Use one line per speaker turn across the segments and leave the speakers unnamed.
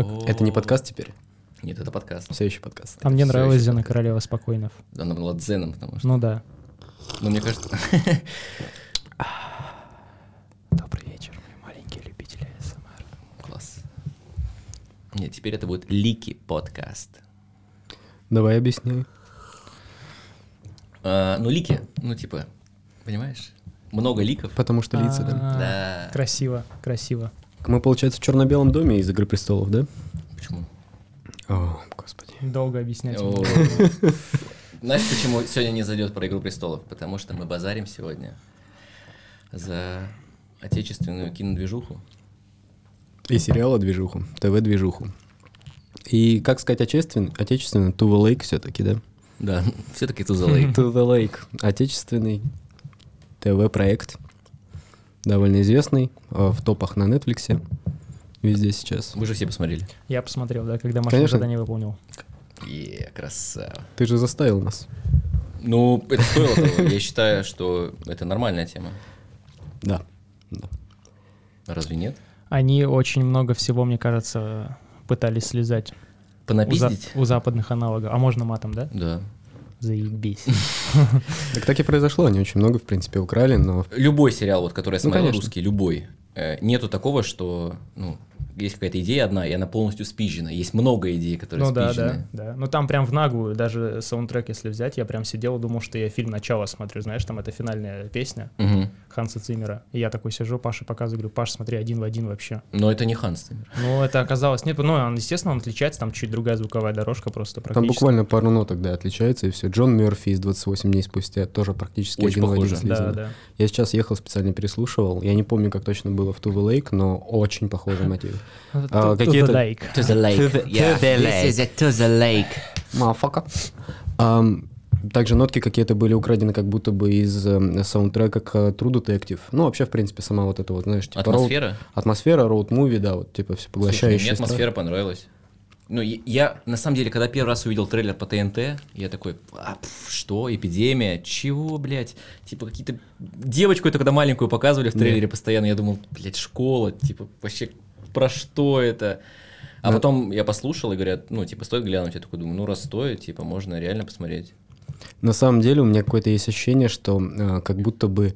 Это не подкаст теперь?
Нет, это подкаст.
Все еще подкаст.
А мне
всё
нравилась
ещё
Зена
подкаст.
Королева Спокойнов.
Она была дзеном, потому что...
Ну да.
Ну, мне кажется...
Добрый вечер, мои маленькие любители СМР.
Класс. Нет, теперь это будет Лики подкаст.
Давай объясни.
А, ну, Лики, ну, типа, понимаешь? Много ликов.
Потому что лица, да?
А,
Да.
Красиво, красиво.
Мы, получается, в черно-белом доме из «Игры престолов», да?
Почему?
О, господи.
Долго объяснять.
О. Знаешь, почему сегодня не зайдет про Игру престолов? Потому что мы базарим сегодня за отечественную кинодвижуху.
И сериала «Движуху», ТВ-движуху. И, как сказать, отечественный, отечественный, to the lake все-таки, да?
Да, все-таки Тузалей.
To the lake. Отечественный ТВ-проект. Довольно известный, э, в топах на Netflix. Везде сейчас.
Вы же все посмотрели.
Я посмотрел, да, когда Маша
Конечно.
когда не выполнил.
Е, красава.
Ты же заставил нас.
Ну, это стоило того. Я считаю, что это нормальная тема.
Да. да.
Разве нет?
Они очень много всего, мне кажется, пытались слезать у, за-
Понапиздить?
у западных аналогов. А можно матом, да?
Да.
Заебись.
Так так и произошло. Они очень много, в принципе, украли, но
Любой сериал, вот, который я
Ну,
смотрел,
конечно.
русский, любой, э, нету такого, что, ну, есть какая-то идея одна, и она полностью спизжена. Есть много идей, которые
Ну да, да,
спизжены.
да. Ну там прям в наглую, даже саундтрек, если взять, я прям сидел, думал, что я фильм «Начало» смотрю, знаешь, там это финальная песня
Мгм.
Ханса Циммера. И я такой сижу, Паше показываю, говорю, Паш, смотри, один в один вообще.
Но это не Ханс Циммер.
Ну, это оказалось, нет, ну, он, естественно, он отличается, там чуть другая звуковая дорожка просто
Там
практически.
буквально пару ноток, да, отличается, и все. Джон Мерфи из 28 дней спустя тоже практически
Очень
один в один
похоже.
слизано.
Да, да.
Я сейчас ехал, специально переслушивал. Я не помню, как точно было в Тува Лейк, но очень похожий мотив. А,
Тут- тут
какие-то-
лайк.
To the lake. Yeah, this is a to the lake.
Мафака. Ам, Также нотки какие-то были украдены как будто бы из эм, саундтрека к э, True Detective. Ну, вообще, в принципе, сама вот эта вот, знаешь, типа... роуд-
Атмосфера?
Атмосфера, роуд-муви, да, вот, типа,
Слушай, ну Мне
всепоглощающая.
атмосфера понравилась. Ну, я- я, на самом деле, когда первый раз увидел трейлер по ТНТ, я такой, «А, пф, что, эпидемия, чего, блядь? Типа, какие-то... Девочку эту, когда маленькую показывали в
Да.
трейлере постоянно, я думал, блядь, школа, типа, вообще, про что это? А
Да.
потом я послушал и говорят, ну, типа, стоит глянуть? Я такой думаю, ну, раз стоит, типа, можно реально посмотреть.
На самом деле у меня какое-то есть ощущение, что э, как будто бы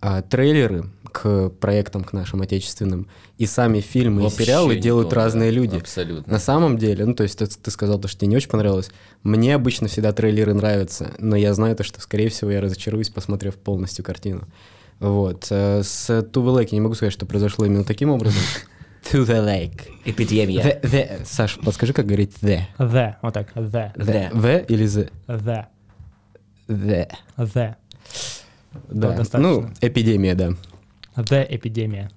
а, трейлеры к проектам, к нашим отечественным, и сами фильмы
Вообще
и сериалы
не
делают
то, да,
разные люди.
Абсолютно.
На самом деле, ну то есть ты, ты сказал то, что тебе не очень понравилось. Мне обычно всегда трейлеры нравятся, но я знаю то, что, скорее всего, я разочаруюсь, посмотрев полностью картину. Вот. Э, С Тувелейки не могу сказать, что произошло именно таким образом. To the lake.
Эпидемия.
The- the- Саш, подскажи, как говорить the.
The, вот так, the,
The.
The.
The или the?
the,
The.
the, Да,
Да.
достаточно.
Ну, эпидемия, да.
the эпидемия.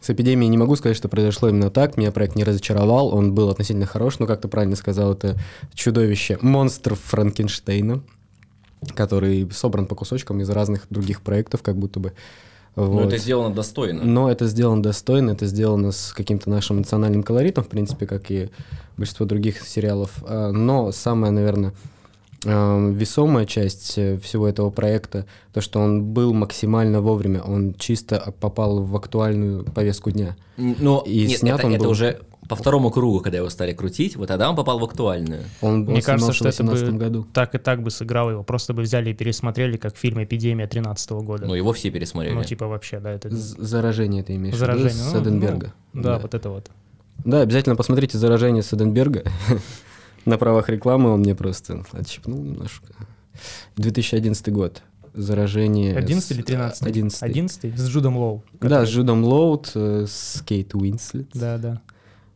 С эпидемией не могу сказать, что произошло именно так. Меня проект не разочаровал. Он был относительно хорош, но, как ты правильно сказал, это чудовище, монстр Франкенштейна, который собран по кусочкам из разных других проектов, как будто бы.
Ну,
Вот.
это сделано достойно.
Но это сделано достойно, это сделано с каким-то нашим национальным колоритом, в принципе, как и большинство других сериалов. А, Но самая, наверное, эм, весомая часть э, всего этого проекта, то, что он был максимально вовремя, он чисто попал в актуальную повестку дня.
Но
И
нет,
снят
это,
он
это
был-
уже по второму кругу, когда его стали крутить, вот тогда он попал в актуальную.
Он,
Мне
он снимался
кажется, что это
в 18
бы
году.
так и так бы сыграл его, просто бы взяли и пересмотрели, как фильм «Эпидемия» 13 года.
Ну, его все пересмотрели.
Ну, типа вообще, да, это
З- Заражение ты имеешь в виду
заражение.
с
Ну,
Эденберга.
ну, Да, вот это вот.
Да, обязательно посмотрите «Заражение» Саденберга. На правах рекламы он мне просто отщипнул немножко. 2011 год. «Заражение».
11
с-
или 13?
11.
11 с Джудом Лоу.
Да,
который-
с Джудом Лоуд, э, с Кейт Уинслет.
Да, да.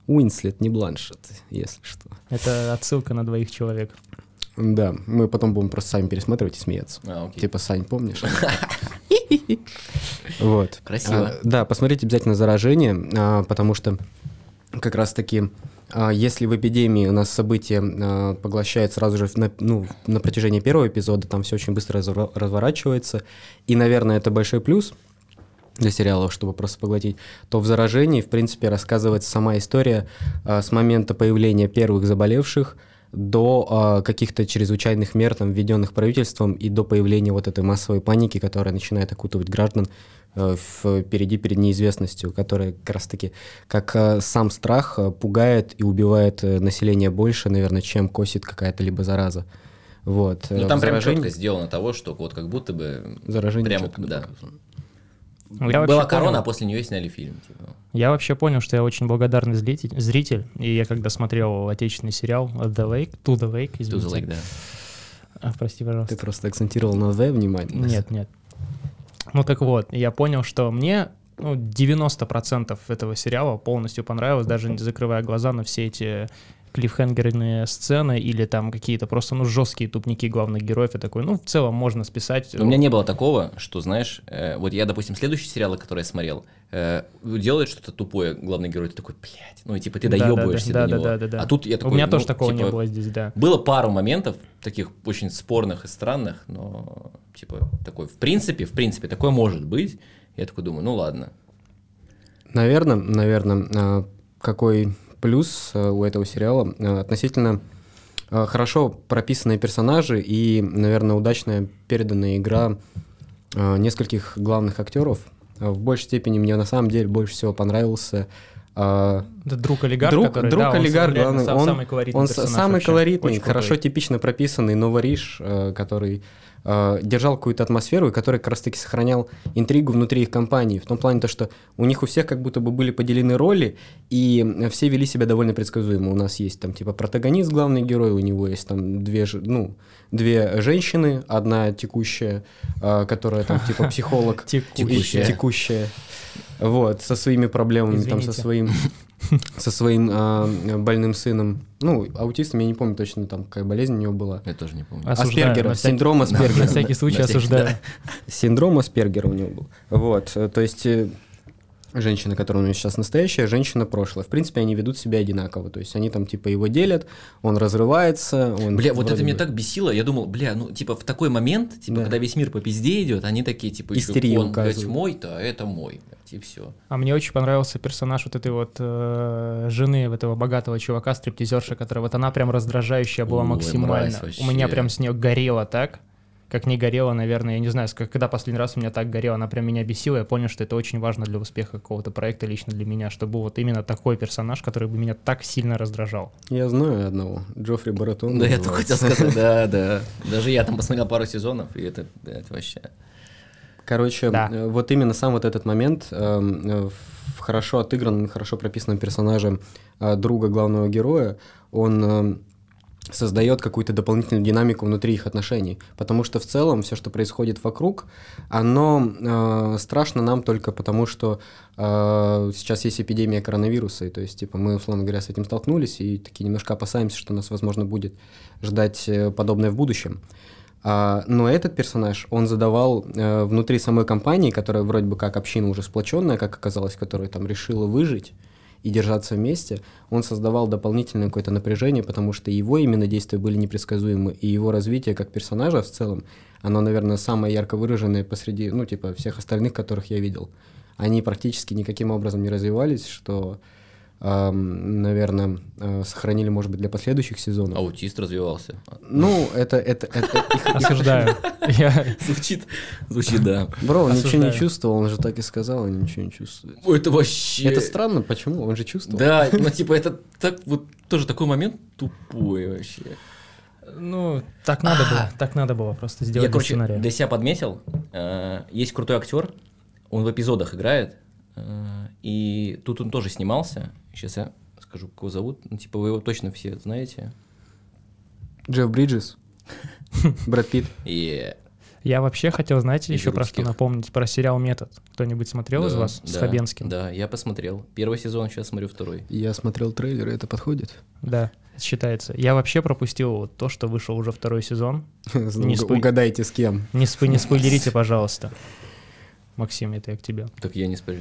Уинслет, не Бланшет, если что.
Это отсылка на двоих человек.
Да, мы потом будем просто сами пересматривать и смеяться.
А, окей.
Типа, Сань, помнишь? Вот.
Красиво.
А, Да, посмотрите обязательно заражение, а, потому что как раз-таки, а, если в эпидемии у нас событие а, поглощает сразу же на, ну, на протяжении первого эпизода, там все очень быстро разворо- разворачивается, и, наверное, это большой плюс для сериалов, чтобы просто поглотить, то в э, «Заражении», в принципе, рассказывается сама история а, с момента появления первых заболевших до э, каких-то чрезвычайных мер, там, введенных правительством, и до появления вот этой массовой паники, которая начинает окутывать граждан э, впереди перед неизвестностью, которая как раз-таки, как э, сам страх, э, пугает и убивает э, население больше, наверное, чем косит какая-то либо зараза. Вот.
Ну,
Э,
там прям
заражение-
четко сделано того, что вот как будто бы...
Заражение
Прямо,
чётко
да.
Ну, я вообще
Была корона,
понял.
а после нее сняли фильм. типа.
Я вообще понял, что я очень благодарный зритель, зритель. и я когда смотрел отечественный сериал The Lake, To the Lake,
Туза
извините.
Лейк, да.
А, прости,
Ты
пожалуйста.
просто акцентировал на «the» внимание.
Нет, нет. Ну так вот, я понял, что мне ну, 90% этого сериала полностью понравилось, даже не закрывая глаза на все эти клиффхенгерные сцены или там какие-то просто, ну, жесткие тупники главных героев. Я такой, ну, в целом можно списать.
У меня не было такого, что, знаешь, э, вот я, допустим, следующие сериалы, которые я смотрел, э, делает что-то тупое главный герой, ты такой, блядь, ну и типа ты
Да, да, да,
доебываешься
да,
до
да,
него.
да, да, да.
А тут я такой,
У меня
ну,
тоже такого не
типа,
было здесь, да.
Было пару моментов таких очень спорных и странных, но типа такой, в принципе, в принципе, такое может быть. Я такой думаю, ну ладно.
Наверное, наверное, а, какой плюс э, у этого сериала Э, относительно э, хорошо прописанные персонажи и, наверное, удачная переданная игра э, нескольких главных актеров. Э, В большей степени мне на самом деле больше всего понравился э,
Это друг олигарх,
Друг-
который,
друг
да, он
олигарх,
реально
главный,
сам-
он-
самый колоритный
Он с-
персонаж
самый
вообще.
колоритный,
Очень
хорошо
крутой.
типично прописанный новориш, э, который э, держал какую-то атмосферу и который как раз-таки сохранял интригу внутри их компании. В том плане то, что у них у всех как будто бы были поделены роли, и все вели себя довольно предсказуемо. У нас есть там типа протагонист, главный герой, у него есть там две, ж- ну, две женщины, одна текущая, э, которая там типа психолог,
Текущая.
и- текущая, вот, со своими проблемами, там со
Извините.
своим со своим а, больным сыном. Ну, аутистом, я не помню точно, там какая болезнь у него была.
Я тоже не помню.
Осуждаю,
Аспергера,
на всякий-
синдром
А На
Аспергера.
всякий случай
На всякий,
осуждаю.
Синдром Аспергера у него был. Вот, э, то есть... э, Женщина, которая у него сейчас настоящая, женщина прошлая. В принципе, они ведут себя одинаково. То есть они там типа его делят, он разрывается. Он
Бля, вот
вроде
это меня
бы-
так бесило. Я думал, бля, ну типа в такой момент, типа,
Да.
когда весь мир по пизде идет, они такие, типа, ещё
Истерию
он, блядь,
указывают.
мой-то, а это мой. блядь, И все.
А мне очень понравился персонаж вот этой вот э, жены вот этого богатого чувака, стриптизерша, которая вот она прям раздражающая была
Ой,
максимально.
мразь вообще.
У меня прям с нее горело так, как не горело, наверное, я не знаю, с- когда последний раз у меня так горело, она прям меня бесила, я понял, что это очень важно для успеха какого-то проекта лично для меня, чтобы был вот именно такой персонаж, который бы меня так сильно раздражал.
Я знаю одного. Джоффри Баратон.
Да, я только хотел сказать, да, да. Даже я там посмотрел пару сезонов, и это, блядь, вообще.
Короче,
Да.
э, вот именно сам вот этот момент эм, э, в хорошо отыгранном, хорошо прописанном персонаже э, друга главного героя, он эм, создает какую-то дополнительную динамику внутри их отношений. Потому что в целом все, что происходит вокруг, оно э, страшно нам только потому, что э, сейчас есть эпидемия коронавируса. И, то есть, типа, мы, условно говоря, с этим столкнулись и такие немножко опасаемся, что нас, возможно, будет ждать э, подобное в будущем. А, но этот персонаж, он задавал э, внутри самой компании, которая вроде бы как община уже сплоченная, как оказалось, которая там решила выжить и держаться вместе, он создавал дополнительное какое-то напряжение, потому что его именно действия были непредсказуемы, и его развитие как персонажа в целом, оно, наверное, самое ярко выраженное посреди, ну, типа, всех остальных, которых я видел. Они практически никаким образом не развивались, что, наверное, э, сохранили, может быть, для последующих сезонов.
Аутист развивался.
Ну, это, это, это, их-
Осуждаю. Я-
Звучит, звучит, да.
Бро, он ничего не
Осуждаю.
чувствовал, он же так и сказал, он ничего не чувствует.
Ой, Это вообще...
Это странно, почему? Он же чувствовал.
Да, ну типа это так вот тоже такой момент тупой вообще.
Ну, так надо было, так надо было просто сделать
Я,
для
короче,
сценария.
для себя подметил, э, есть крутой актер, он в эпизодах играет, э, и тут он тоже снимался. Сейчас я скажу, как его зовут. Ну, типа, вы его точно все знаете.
Джефф Бриджес, Брэд Питт.
И
Я вообще хотел, знаете,
Из
еще про что
русских.
напомнить, про сериал «Метод». Кто-нибудь смотрел из
да,
вас с
да,
Хабенским?
Да, я посмотрел. Первый сезон, сейчас смотрю второй.
Я смотрел трейлер, и это подходит.
Да, считается. Я вообще пропустил вот то, что вышел уже второй сезон. Не
Уг-
спой.
Ну, Угадайте, с кем.
Не, спо- не спойлерите, пожалуйста. Максим, это я к тебе.
Так я не спорю.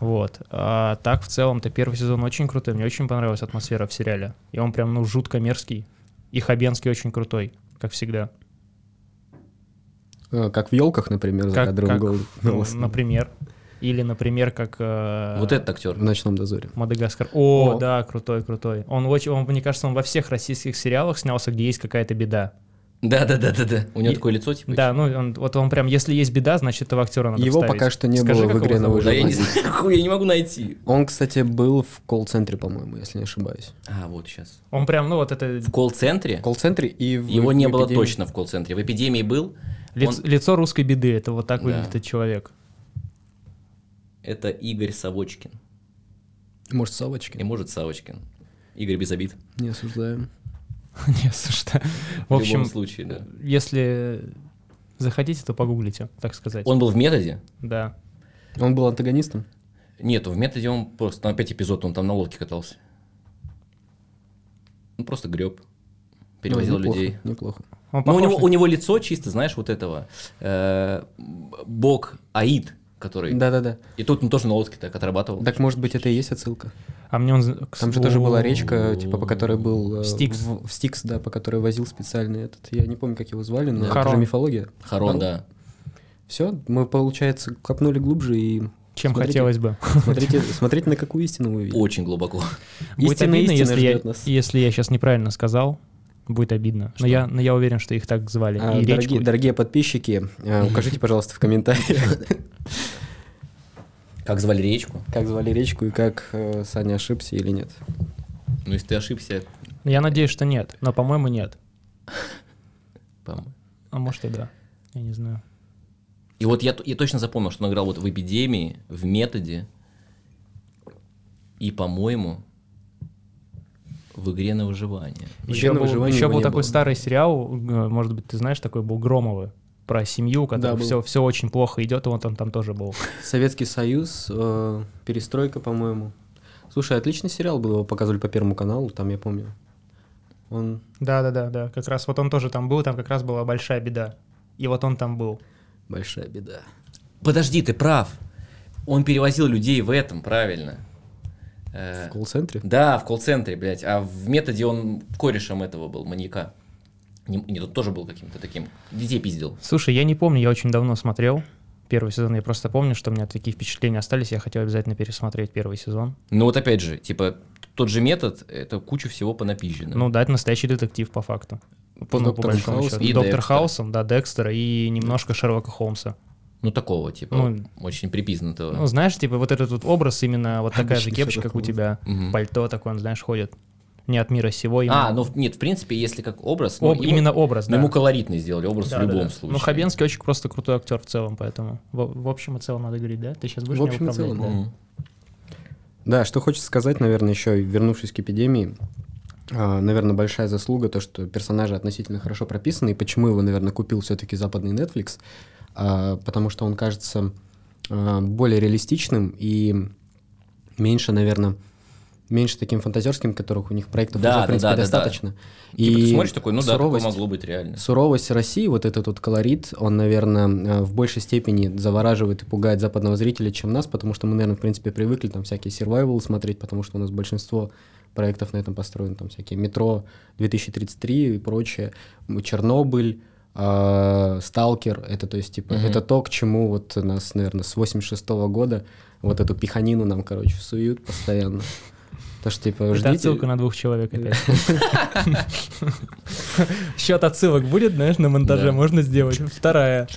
Вот. А так, в целом-то первый сезон очень крутой. Мне очень понравилась атмосфера в сериале. И он прям, ну, жутко мерзкий. И Хабенский очень крутой, как всегда.
Э, Как в елках, например, за
Как-
кадром
как,
голый.
ну,
волос.
например. Или, например, как... э,
Вот этот актер.
в «Ночном дозоре».
Мадагаскар. О,
О.
да, крутой, крутой. Он очень, он, мне кажется, он во всех российских сериалах снялся, где есть какая-то беда.
Да, да, да, да, да. У него
И-
такое лицо, типа.
Да, ну он, вот он прям, если есть беда, значит этого актера надо
Его
вставить.
пока что не
Скажи,
было в
как
игре
его
на
зовут?
типа, Да, я не
выживание.
знаю, какую, я не могу найти.
Он, кстати, был в колл-центре, по-моему, если не ошибаюсь.
А, вот сейчас.
Он прям, ну вот это
В
лиц-
В
колл-центре?
колл-центре и в
Его не
в
было
эпидемии.
точно в колл-центре. В эпидемии был.
лицо,
Он-
русской беды, это вот так
Да.
выглядит этот человек.
Это Игорь Савочкин.
Может,
И
Савочки?
может Савочкин. Игорь без обид.
Не осуждаем.
Не, что.
В
В
любом
общем,
случае, да.
если захотите, то погуглите, так сказать.
Он был в методе?
Да.
Он был антагонистом?
Нет, в методе он просто, там опять эпизод, он там на лодке катался. Ну, просто греб. Перевозил
Ну, неплохо,
людей.
Неплохо.
Ну,
Он
у,
похож
него,
на-
у него лицо чисто, знаешь, вот этого. э, бог Аид, который...
Да-да-да.
И тут он тоже на лодке так отрабатывал.
Так, может быть, это и есть отсылка?
А мне он... з- к
Там же тоже была
слову,
речка, типа, по которой был... э,
Стикс.
В, в Стикс, да, по которой возил специальный этот... Я не помню, как его звали, но это же
Харон.
мифология.
Харон, да.
Все, мы, получается, копнули глубже и
Чем
Смотрите.
хотелось бы.
смотрите, смотрите, на какую истину вы видите.
Очень глубоко.
Будет
Истина,
обидно,
истина
если я,
ждет нас.
если я сейчас неправильно сказал. Будет обидно.
Что?
Но я, но я уверен, что их так звали.
А,
И
дорогие,
речку-
дорогие подписчики, э, укажите, пожалуйста, в комментариях,
Как звали речку?
как звали речку и как э, Саня ошибся или нет.
Ну, если ты ошибся,
Я надеюсь, что нет. Но, по-моему, нет.
по-моему.
А может и да. Я не знаю.
И вот я, т- я точно запомнил, что он играл вот в «Эпидемии», в «Методе» и, по-моему, в «Игре на выживание».
Вообще
Еще
на
был,
выживание
еще
его
был
не
такой
было.
старый сериал, г- может быть, ты знаешь, такой был Громовы про семью, у которой
был.
все, все очень плохо идет, и вот он там тоже был.
Советский Союз, э, перестройка, по-моему. Слушай, отличный сериал был, его показывали по Первому каналу, там я помню. Он
Да, да, да, да. Как раз вот он тоже там был, там как раз была большая беда. И вот он там был.
большая беда.
Подожди, ты прав. Он перевозил людей в этом, правильно. Э,
В колл-центре?
Да, в колл-центре, блядь. А в методе он корешем этого был, маньяка. Не- Нет, он тоже был каким-то таким. Детей пиздил.
Слушай, я не помню, я очень давно смотрел первый сезон. Я просто помню, что у меня такие впечатления остались. Я хотел обязательно пересмотреть первый сезон.
Ну вот опять же, типа, тот же метод, это куча всего понапизжено.
Ну да, это настоящий детектив по факту.
По
Ну,
Доктору
большому
Хаусу.
счету.
И
Доктор
Декстера.
Хаусом, да, Декстера и немножко Шерлока Холмса.
Ну, такого, типа,
Ну,
очень припизнутого.
Ну, знаешь, типа вот этот вот образ именно вот такая же
Обычный
кепочка,
Шерлок
как у тебя,
Мгм.
пальто такое, он, знаешь, ходит не от мира сего.
а,
именно-
ну, в- нет, в принципе, если как образ, ну,
Об-
ему-
именно образ,
ну,
да.
ему колоритный сделали образ
Да,
в
да,
любом
да.
случае.
Ну, Хабенский очень просто крутой актер в целом, поэтому в, в общем и целом надо говорить, да? Ты сейчас будешь
В
меня
общем и
управлять,
целом,
да?
Мгм.
Да, что хочется сказать, наверное, еще вернувшись к эпидемии, а, наверное, большая заслуга то, что персонажи относительно хорошо прописаны, и почему его, наверное, купил все-таки западный Netflix, а, потому что он кажется а, более реалистичным и меньше, наверное, меньше таким фантазерским, которых у них проектов
Да,
уже, в
да,
принципе,
да, да, да.
достаточно.
Типа, ты смотришь такой, ну да, такое
суровость.
могло быть реально.
Суровость России, вот этот вот колорит, он, наверное, э, в большей степени завораживает и пугает западного зрителя, чем нас, потому что мы, наверное, в принципе, привыкли там всякие сервайвалы смотреть, потому что у нас большинство проектов на этом построено, там всякие «Метро 2033» и прочее, М, «Чернобыль», э, «Сталкер», это то есть, типа,
Мгм.
это то, к чему вот нас, наверное, с 86 года вот эту пиханину нам, короче, суют постоянно. То, что, типа,
Это
ждите...
отсылка на двух человек опять. Счет отсылок будет, знаешь, на монтаже
Да.
можно сделать. Вторая.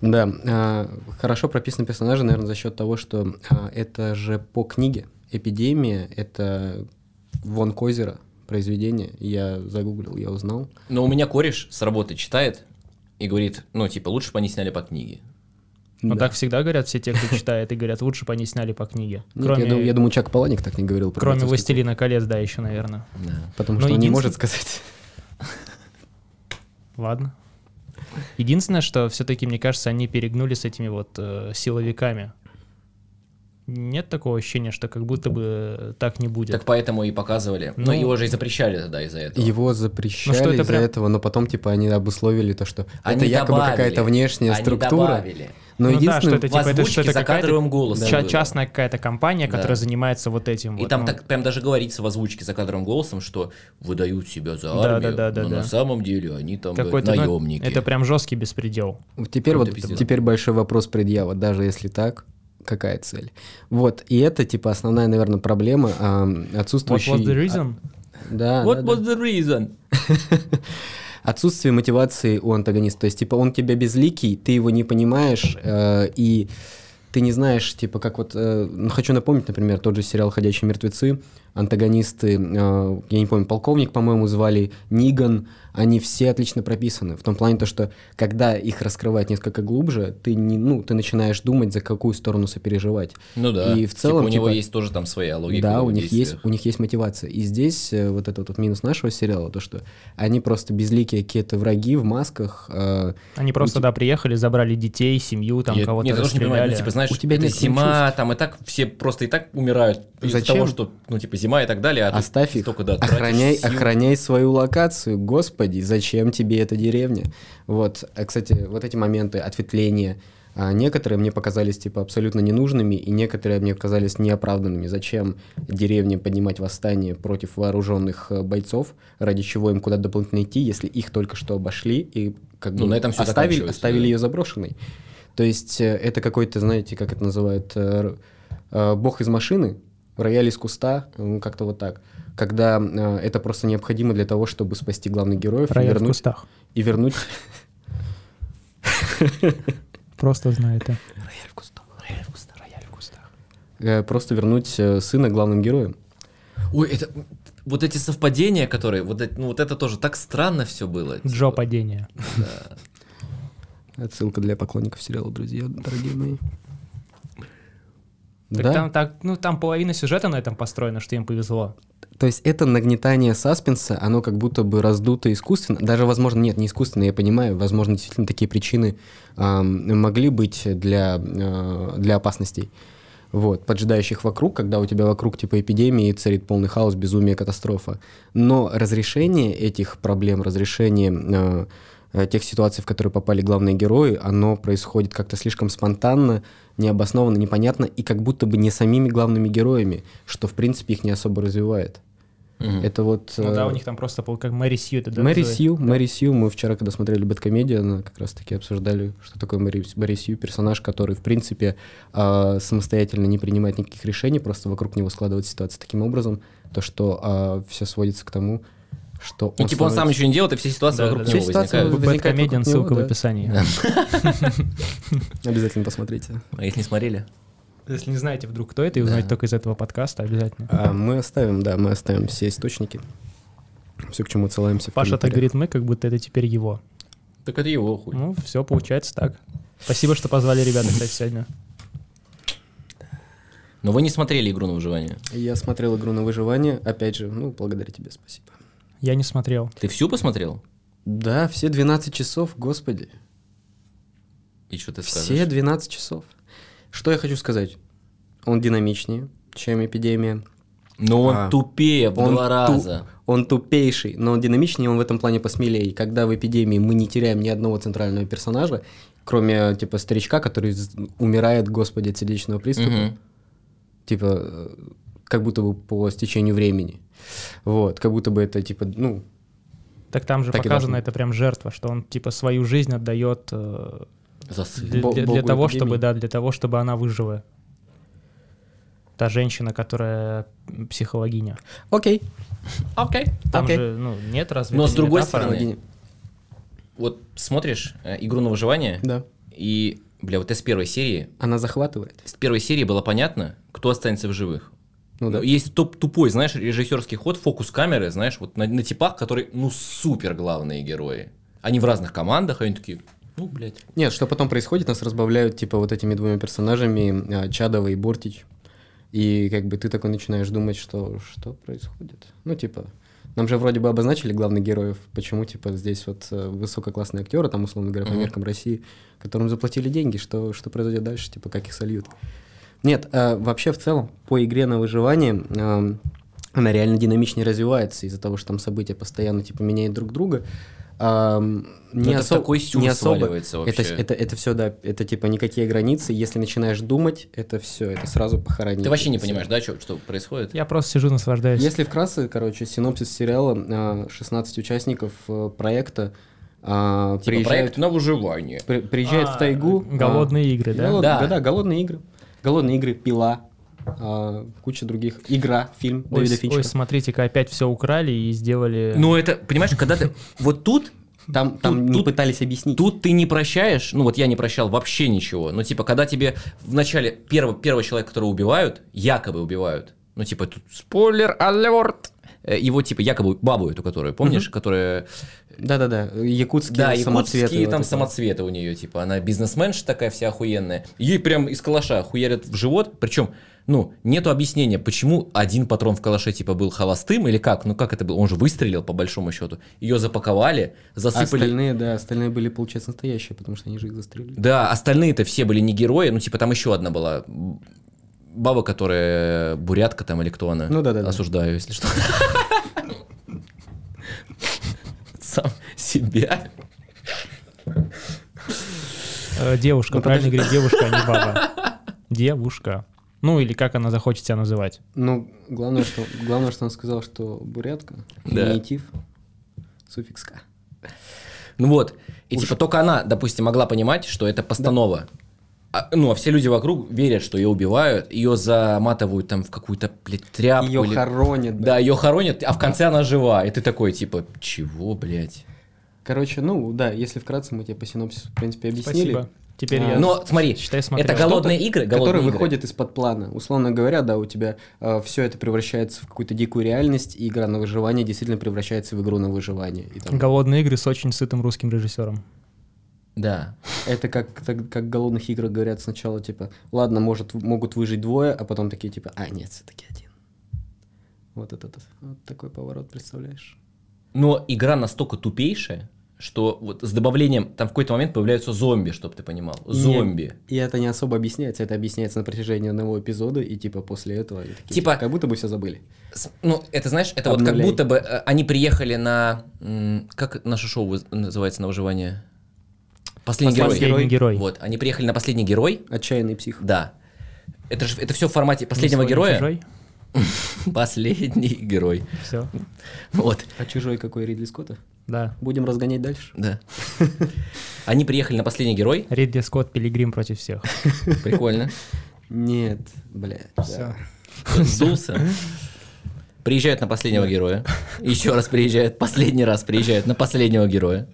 Да, а, хорошо прописаны персонажи, наверное, за счет того, что а, это же по книге «Эпидемия», это Вон Козера произведение, я загуглил, я узнал.
Но у меня кореш с работы читает и говорит, ну, типа, лучше бы они сняли по книге.
Ну
Да.
так всегда говорят все те, кто читает, и говорят, лучше бы они сняли по книге.
Нет, я, дум- я
Кроме
думаю, типа Чак Паланик так не говорил. про
кроме
бойцовский
«Властелина колец», да, еще, наверное.
Да.
клуб, Потому
Но
что он не
единствен-
может сказать.
Ладно. Единственное, что все-таки, мне кажется, они перегнули с этими вот э, силовиками. Нет такого ощущения, что как будто бы так не будет.
Так поэтому и показывали. Ну,
Ну,
его же и запрещали тогда из-за этого.
Его запрещали
Ну что это
из-за
прям-
этого, но потом, типа, они обусловили то, что это
Они
якобы
добавили.
какая-то внешняя
Они
структура.
добавили.
Но
Ну да,
единственное,
что это
В
типа, это, что
озвучке
это
за
какая-то
кадровым голосом.
ча-
было.
частная какая-то компания,
Да.
которая занимается вот этим.
И
вот,
там
ну.
так прям даже говорится в озвучке за кадровым голосом, что выдают себя за
Да,
армию,
да, да, да,
но на
да.
самом деле они там блядь,
Какой-то, ну,
наемники.
это прям жесткий беспредел.
Теперь
Какой-то
вот
пиздец.
теперь большой вопрос предъява. Даже если так, какая цель. Вот, и это, типа, основная, наверное, проблема эм,
What
отсутствующей...
was the reason?
Да, да,
What
да.
was the reason?
Отсутствие мотивации у антагониста. То есть, типа, он тебя безликий, ты его не понимаешь, э, и ты не знаешь, типа, как вот... э, ну, хочу напомнить, например, тот же сериал «Ходячие мертвецы». Антагонисты, э, я не помню, полковник, по-моему, звали, Ниган. Они все отлично прописаны. В том плане то, что когда их раскрывать несколько глубже, ты, не, ну, ты начинаешь думать, за какую сторону сопереживать.
Ну да.
И в
Типа,
целом,
у него
типа,
есть тоже там своя логика.
да,
в
у них есть,
действиях.
у них есть мотивация. И здесь э, вот этот вот минус нашего сериала, то что они просто безликие какие-то враги в масках. э,
Они просто, да, приехали, забрали детей, семью, там
Я-
кого-то
нет, я тоже не понимаю,
расстреляли.
ну, типа, знаешь,
У тебя
это
нет к ним
зима, там и так все просто и так умирают из-за
Зачем?
того, что, ну, типа, зима и так далее, а ты
оставь их,
столько, да, тратишь
охраняй,
сил.
охраняй свою локацию, господи, зачем тебе эта деревня? Вот, а, кстати, вот эти моменты ответвления, а, некоторые мне показались типа абсолютно ненужными, и некоторые мне казались неоправданными. Зачем деревне поднимать восстание против вооруженных э, бойцов, ради чего им куда-то дополнительно идти, если их только что обошли и как
Ну,
бы
на этом всё
оставили,
заканчивается,
оставили
да.
ее заброшенной. То есть э, это какой-то, знаете, как это называют, э, р- э, бог из машины, рояль из куста, ну, как-то вот так. Когда э, это просто необходимо для того, чтобы спасти главных героев и
Рояль в
вернуть,
кустах.
и вернуть...
Просто знаю это.
Рояль в кустах, рояль в кустах, рояль в кустах.
э, Просто вернуть э, сына главным героем.
Ой, это вот эти совпадения, которые, вот это, ну, вот это тоже так странно все было. типа.
Джо падение.
Отсылка для поклонников сериала, друзья, дорогие мои.
Так там, так, ну, там половина сюжета на этом построена, что им повезло.
То есть это нагнетание саспенса, оно как будто бы раздуто искусственно. Даже, возможно, нет, не искусственно, я понимаю, возможно, действительно такие причины ам, могли быть для, э, для опасностей. Вот, поджидающих вокруг, когда у тебя вокруг типа эпидемии царит полный хаос, безумие, катастрофа. Но разрешение этих проблем, разрешение э, э, тех ситуаций, в которые попали главные герои, оно происходит как-то слишком спонтанно, необоснованно, непонятно, и как будто бы не самими главными героями, что, в принципе, их не особо развивает.
Мгм.
Это вот...
Ну да,
э,
у них там просто пол- как Мэри Сью. это, да,
Мэри
называется?
Сью, Мэри Сью, мы вчера, когда смотрели Бэткомедия, она как раз-таки обсуждали, что такое Мэри, С- Мэри Сью, персонаж, который, в принципе, а, самостоятельно не принимает никаких решений, просто вокруг него складывается ситуация таким образом, то, что все сводится к тому, что
Ну, типа, он сам
становится-
ничего не делает, и все ситуации
Да,
вокруг
да,
да.
него
Все ситуации
возникают.
вокруг- э, возникает
Бэткомедиан,
него,
ссылка в
да.
описании.
Обязательно посмотрите.
А их не смотрели?
Если не знаете вдруг, кто это, и узнаете только из этого подкаста, обязательно.
А, мы оставим, да, мы оставим все источники, все, к чему ссылаемся. в
Паша так
комментариях.
говорит мы, как будто это теперь его.
Так это его хуй.
Ну, все получается так. Спасибо, что позвали ребята, кстати, сегодня.
Но вы не смотрели игру на выживание.
Я смотрел игру на выживание, опять же, ну, благодаря тебе, спасибо.
Я не смотрел.
Ты всю посмотрел?
Да, все 12 часов, господи.
И что ты скажешь?
Все 12 часов. Что я хочу сказать? Он динамичнее, чем эпидемия.
Но он
А.
тупее в
Он
два
ту-
раза.
Он тупейший, но он динамичнее, он в этом плане посмелее. И Когда в эпидемии мы не теряем ни одного центрального персонажа, кроме типа старичка, который з- умирает, господи, от сердечного приступа,
Мгм.
типа э, как будто бы по стечению времени. Вот, как будто бы это типа, ну,
Так там же
Так и
показано,
должно.
это прям жертва, что он типа свою жизнь отдает э,
Засы.
для,
Бо-
для- для
богу
того,
эпидемии.
чтобы, да, для того, чтобы она выжила. Та женщина, которая психологиня.
окей.
Окей.
Там
Окей.
же, ну, нет разве
Но
это
с
не
другой
метафора?
стороны,
Ламборгини.
Вот смотришь э, игру на выживание,
Да.
и, бля, вот я с первой серии,
Она захватывает.
с первой серии было понятно, кто останется в живых.
Ну да.
Но Есть топ тупой, знаешь, режиссерский ход, фокус камеры, знаешь, вот на, на типах, которые, ну, супер главные герои. Они в разных командах, они такие, ну, блядь.
Нет, что потом происходит, нас разбавляют, типа, вот этими двумя персонажами, а, Чадова и Бортич. И как бы ты такой начинаешь думать, что что происходит. Ну, типа, нам же вроде бы обозначили главных героев, почему, типа, здесь вот э, высококлассные актеры, там, условно говоря, по
Мгм.
меркам России, которым заплатили деньги, что, что произойдет дальше, типа, как их сольют. Нет, э, вообще, в целом, по игре на выживание эм, она реально динамичнее развивается из-за того, что там события постоянно, типа, меняют друг друга. Эм,
Ну,
не,
это в
осо-
такой сюр
не особо
сваливается вообще.
это, это, это все, да, это типа никакие границы. Если начинаешь думать, это все, это сразу похоронить.
Ты вообще не
Это
понимаешь,
всё.
да, чё- что происходит?
Я просто сижу, наслаждаюсь.
Если вкратце, короче, синопсис сериала, а, 16 участников э, проекта а,
Типа
приезжают,
проект на выживание.
при- приезжают
А,
в тайгу. а,
Голодные игры, да?
голод-
Да.
да, голодные игры. Голодные игры, пила, а, куча других. Игра, фильм
Ой,
Дэвида
с-
Финчера.
ой, смотрите-ка, опять все украли и сделали...
Ну это, понимаешь, когда ты... Вот тут
Там, там
Тут-
не
тут-
пытались объяснить.
Тут ты не прощаешь, ну вот я не прощал вообще ничего. Но типа, когда тебе в начале первого, первого человека, которого убивают, якобы убивают, ну типа, тут спойлер алерт, Э, его типа якобы бабу эту, которую, помнишь, которая...
Да-да-да, якутские
Да,
самоцветы.
якутские
вот
там
это.
самоцветы у нее, типа, она бизнесменша такая вся охуенная. Ей прям из калаша хуярят в живот, причем, ну, нету объяснения, почему один патрон в калаше, типа, был холостым или как, ну как это было, он же выстрелил по большому счету. Ее запаковали,
А
засыпали
остальные, да, остальные были, получается, настоящие, потому что они же их застрелили.
Да, остальные-то все были не герои, ну, типа, там еще одна была м, баба, которая бурятка там или кто она.
Ну да-да-да.
Осуждаю, если что. Сам себя.
Э, Девушка,
Ну,
правильно говорит, девушка, а не баба. Девушка. Ну или как она захочет себя называть.
Ну, главное, что, главное, что он сказал, что бурятка,
Да.
генитив, суффикс «ка».
Ну вот, и типа только она, допустим, могла понимать, что это постанова. А, ну, а все люди вокруг верят, что ее убивают, ее заматывают там в какую-то, блядь, тряпку.
Ее
или-
хоронят.
Да, ее хоронят, а в конце она жива. И ты такой, типа, чего, блядь?
Короче, ну, да, если вкратце, мы тебе по синопсису, в принципе, объяснили.
Спасибо. Теперь
А,
я...
Но смотри,
считай, смотрел.
это голодные игры,
который
голодные игры.
выходит из-под плана. Условно говоря, да, у тебя все это превращается в какую-то дикую реальность, и игра на выживание действительно превращается в игру на выживание. И там
Голодные игры с очень сытым русским режиссером.
Да.
это как, так- как в голодных играх говорят сначала, типа, ладно, может, в- могут выжить двое, а потом такие, типа, а, нет, все-таки один. Вот этот вот такой поворот, представляешь?
Но игра настолько тупейшая, что вот с добавлением там в какой-то момент появляются зомби, чтобы ты понимал. Зомби.
И это не особо объясняется, это объясняется на протяжении одного эпизода, и типа после этого... они такие,
Типа-
Как будто бы все забыли.
С- Ну, это знаешь, это вот как
Обновляй.
будто бы э, они приехали на... м, Как наше шоу выз- называется на выживание? Последний,
Последний
герой.
Последний герой.
Вот, они приехали на последний герой,
Отчаянный псих.
да. Это же это все в формате последнего
Сегодня
героя.
чужой.
Последний герой.
Все.
Вот.
А чужой какой Ридли Скотта?
Да.
Будем разгонять дальше?
Да. Они приехали на последний герой.
Ридли Скотт, Пилигрим против всех.
Прикольно.
Нет, блядь. да.
Сдулся. Приезжают на последнего героя. Еще раз приезжают, последний раз приезжают на последнего героя.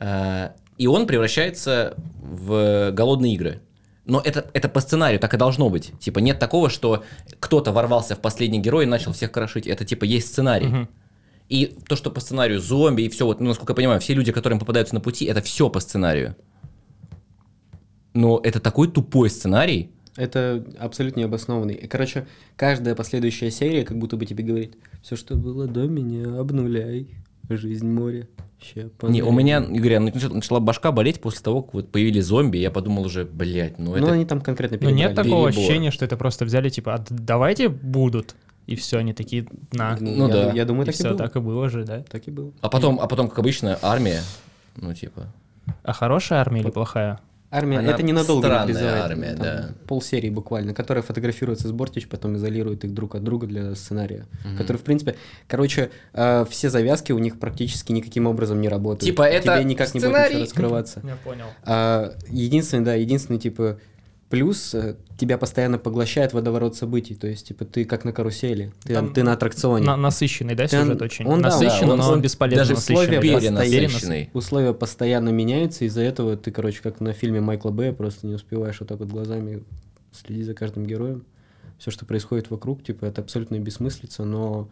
А, И он превращается в голодные игры. Но это, это по сценарию, так и должно быть. Типа нет такого, что кто-то ворвался в последний герой и начал всех крошить. Это типа есть сценарий.
Мгм.
И то, что по сценарию зомби и все, вот, ну, насколько я понимаю, все люди, которым попадаются на пути, это все по сценарию. Но это такой тупой сценарий.
Это абсолютно необоснованный. И, Короче, каждая последующая серия как будто бы тебе говорит, все, что было до меня, обнуляй. Жизнь моря. Ща
Не, у
понари».
меня, Игорь, я нач- начала башка болеть после того, как вот появились зомби, я подумал уже, блядь, ну
Ну,
это...
они там конкретно
Ну нет
перебрали.
такого
перебор.
ощущения, что это просто взяли, типа, «А д- давайте будут. И все, они такие, на.
Ну,
Ну
я,
да.
Я думаю,
и
так и,
все,
было.
так и было же, да?
Так и было.
А потом, а потом, как обычно, армия, ну типа...
А хорошая армия или плохая?
Армия,
Она
это ненадолго
странная
нарезает,
армия,
там
да.
Полсерии буквально, которые фотографируются с Бортич, потом изолируют их друг от друга для сценария. Который, в принципе, короче, э, все завязки у них практически никаким образом не работают.
Типа это
Тебе никак не будет
сценарий.
ничего раскрываться.
Я понял.
А, единственный, да, единственный, типа, плюс э, тебя постоянно поглощает водоворот событий. То есть, типа, ты как на карусели, ты,
Там
ты на аттракционе.
На- насыщенный, да,
Ты он-
сюжет очень?
он, да,
насыщенный,
он-
но он
он
бесполезно
даже
насыщенный.
условия
да.
постоянно-
Перенасыщенный.
Условия постоянно меняются, из-за этого ты, короче, как на фильме Майкла Бэя, просто не успеваешь вот так вот глазами следить за каждым героем. Все, что происходит вокруг, типа, это абсолютно бессмыслица, но,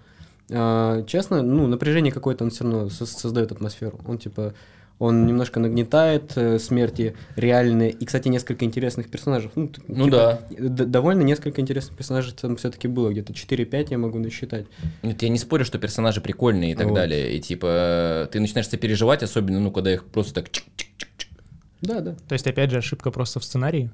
э, честно, ну, напряжение какое-то он все равно со- создает атмосферу. Он, типа, он немножко нагнетает э, смерти реальные. И, кстати, несколько интересных персонажей. Ну, т-
Ну
типа,
да.
д- довольно несколько интересных персонажей там все-таки было. Где-то 4-5 я могу насчитать.
Нет, я не спорю, что персонажи прикольные и так
Вот.
далее, и типа э, ты начинаешь сопереживать, особенно, ну, когда их просто так... чик-чик-чик-чик.
Да, да.
То есть, опять же, ошибка просто в сценарии.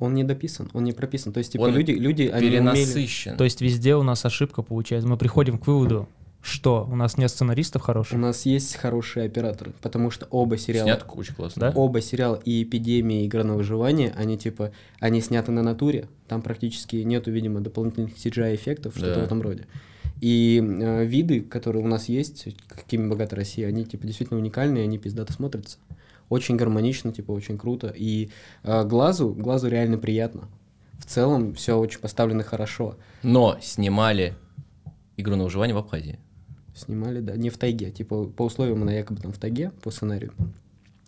Он не дописан, он не прописан. То есть, типа,
Он
люди, люди, они умели...
Перенасыщен.
То есть, везде у нас ошибка получается. Мы приходим к выводу, что у нас нет сценаристов
У
хороших.
нас есть хорошие операторы, потому что оба сериала,
Снят очень классно.
Да?
оба сериала и «Эпидемия», и «Игра на выживание», они типа, они сняты на натуре, там практически нету, видимо, дополнительных CGI-эффектов, что-то
Да.
в этом роде. И э, виды, которые у нас есть, какими богата Россия, они типа действительно уникальные, они пиздато смотрятся. Очень гармонично, типа очень круто. И э, глазу, глазу реально приятно. в целом все очень поставлено хорошо.
Но снимали игру на выживание в Абхазии.
Снимали, да, не в тайге, типа по условиям она якобы там в тайге по сценарию,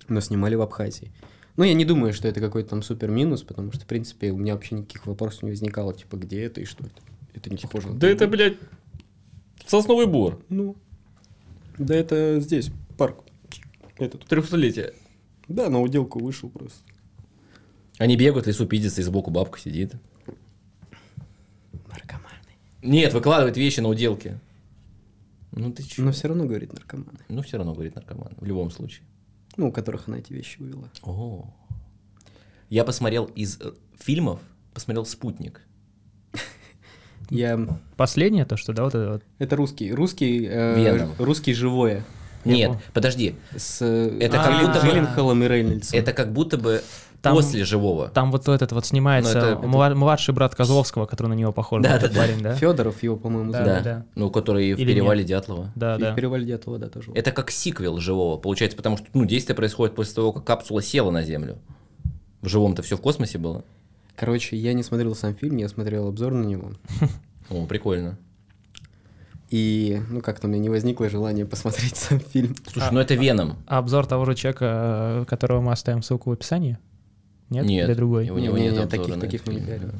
но снимали в Абхазии. Ну, я не думаю, что это какой-то там супер минус, потому что, в принципе, у меня вообще никаких вопросов не возникало, типа, где это и что это. Это не похоже на
Да
тайгу.
это, блядь, сосновый бор.
Ну, да это здесь, парк. Этот.
Трехсотлетие.
Да, на уделку вышел просто.
Они бегают, в лесу пиздятся, и сбоку бабка сидит.
Наркоманы.
Нет, выкладывает вещи на уделке. Ну ты че?
Но все равно говорит наркоманы.
Ну все равно, говорит наркоман, в любом случае.
Ну, у которых она эти вещи увела.
О. Я посмотрел из э, фильмов, посмотрел «Спутник».
Я...
Последнее то, что, да, вот это вот.
Это русский. Русский... э,
Веном.
русский живое.
Нет, подожди,
С э,
Это
Джиллин-
как будто бы-
Джилленхолом и Рейнольдсом.
это как будто бы
Там-
после живого.
Там вот этот вот снимается
Ну, это- это-
мла- младший брат Козловского, который на него похож.
Да,
вот этот
да, да.
парень, да?
Федоров его, по-моему,
Да,
зовут.
да, да.
Ну, который в
Или
перевале Дятлова.
Да,
И
да.
в перевале Дятлова, да, тоже.
Это как сиквел живого, получается, потому что ну, действие происходит после того, как капсула села на Землю. В живом-то все в космосе было.
Короче, я не смотрел сам фильм, я смотрел обзор на него.
О, прикольно.
И, ну, как-то у меня не возникло желания посмотреть сам фильм.
Слушай, ну это Веном.
А Обзор того же человека, э, которого мы оставим ссылку в описании? Нет?
Нет.
Или другой?
Его- У него
Не-не-не,
нет обзора
таких,
на
таких
этот
мы не
фильм,
берем.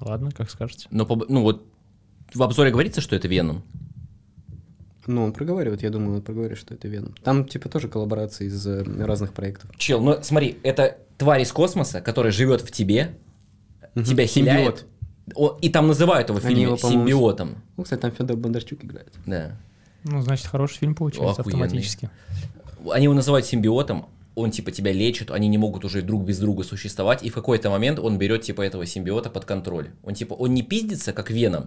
Ладно, как скажете.
Но, по- ну вот, в обзоре говорится, что это Веном.
Ну, он проговаривает, я думаю, он проговорит, что это Веном. Там, типа, тоже коллаборации из э, разных проектов.
Чел, ну смотри, это тварь из космоса, которая живет в тебе, тебя
Симбиот.
хиляет. О, и там называют его в
Они
фильме
его, по-моему,
симбиотом.
Ну, кстати, там Федор Бондарчук играет.
Да.
Ну, значит, хороший фильм получается
Охуенный.
автоматически.
Они его называют симбиотом, он типа тебя лечит, они не могут уже друг без друга существовать, и в какой-то момент он берет типа этого симбиота под контроль. Он типа, он не пиздится, как Веном,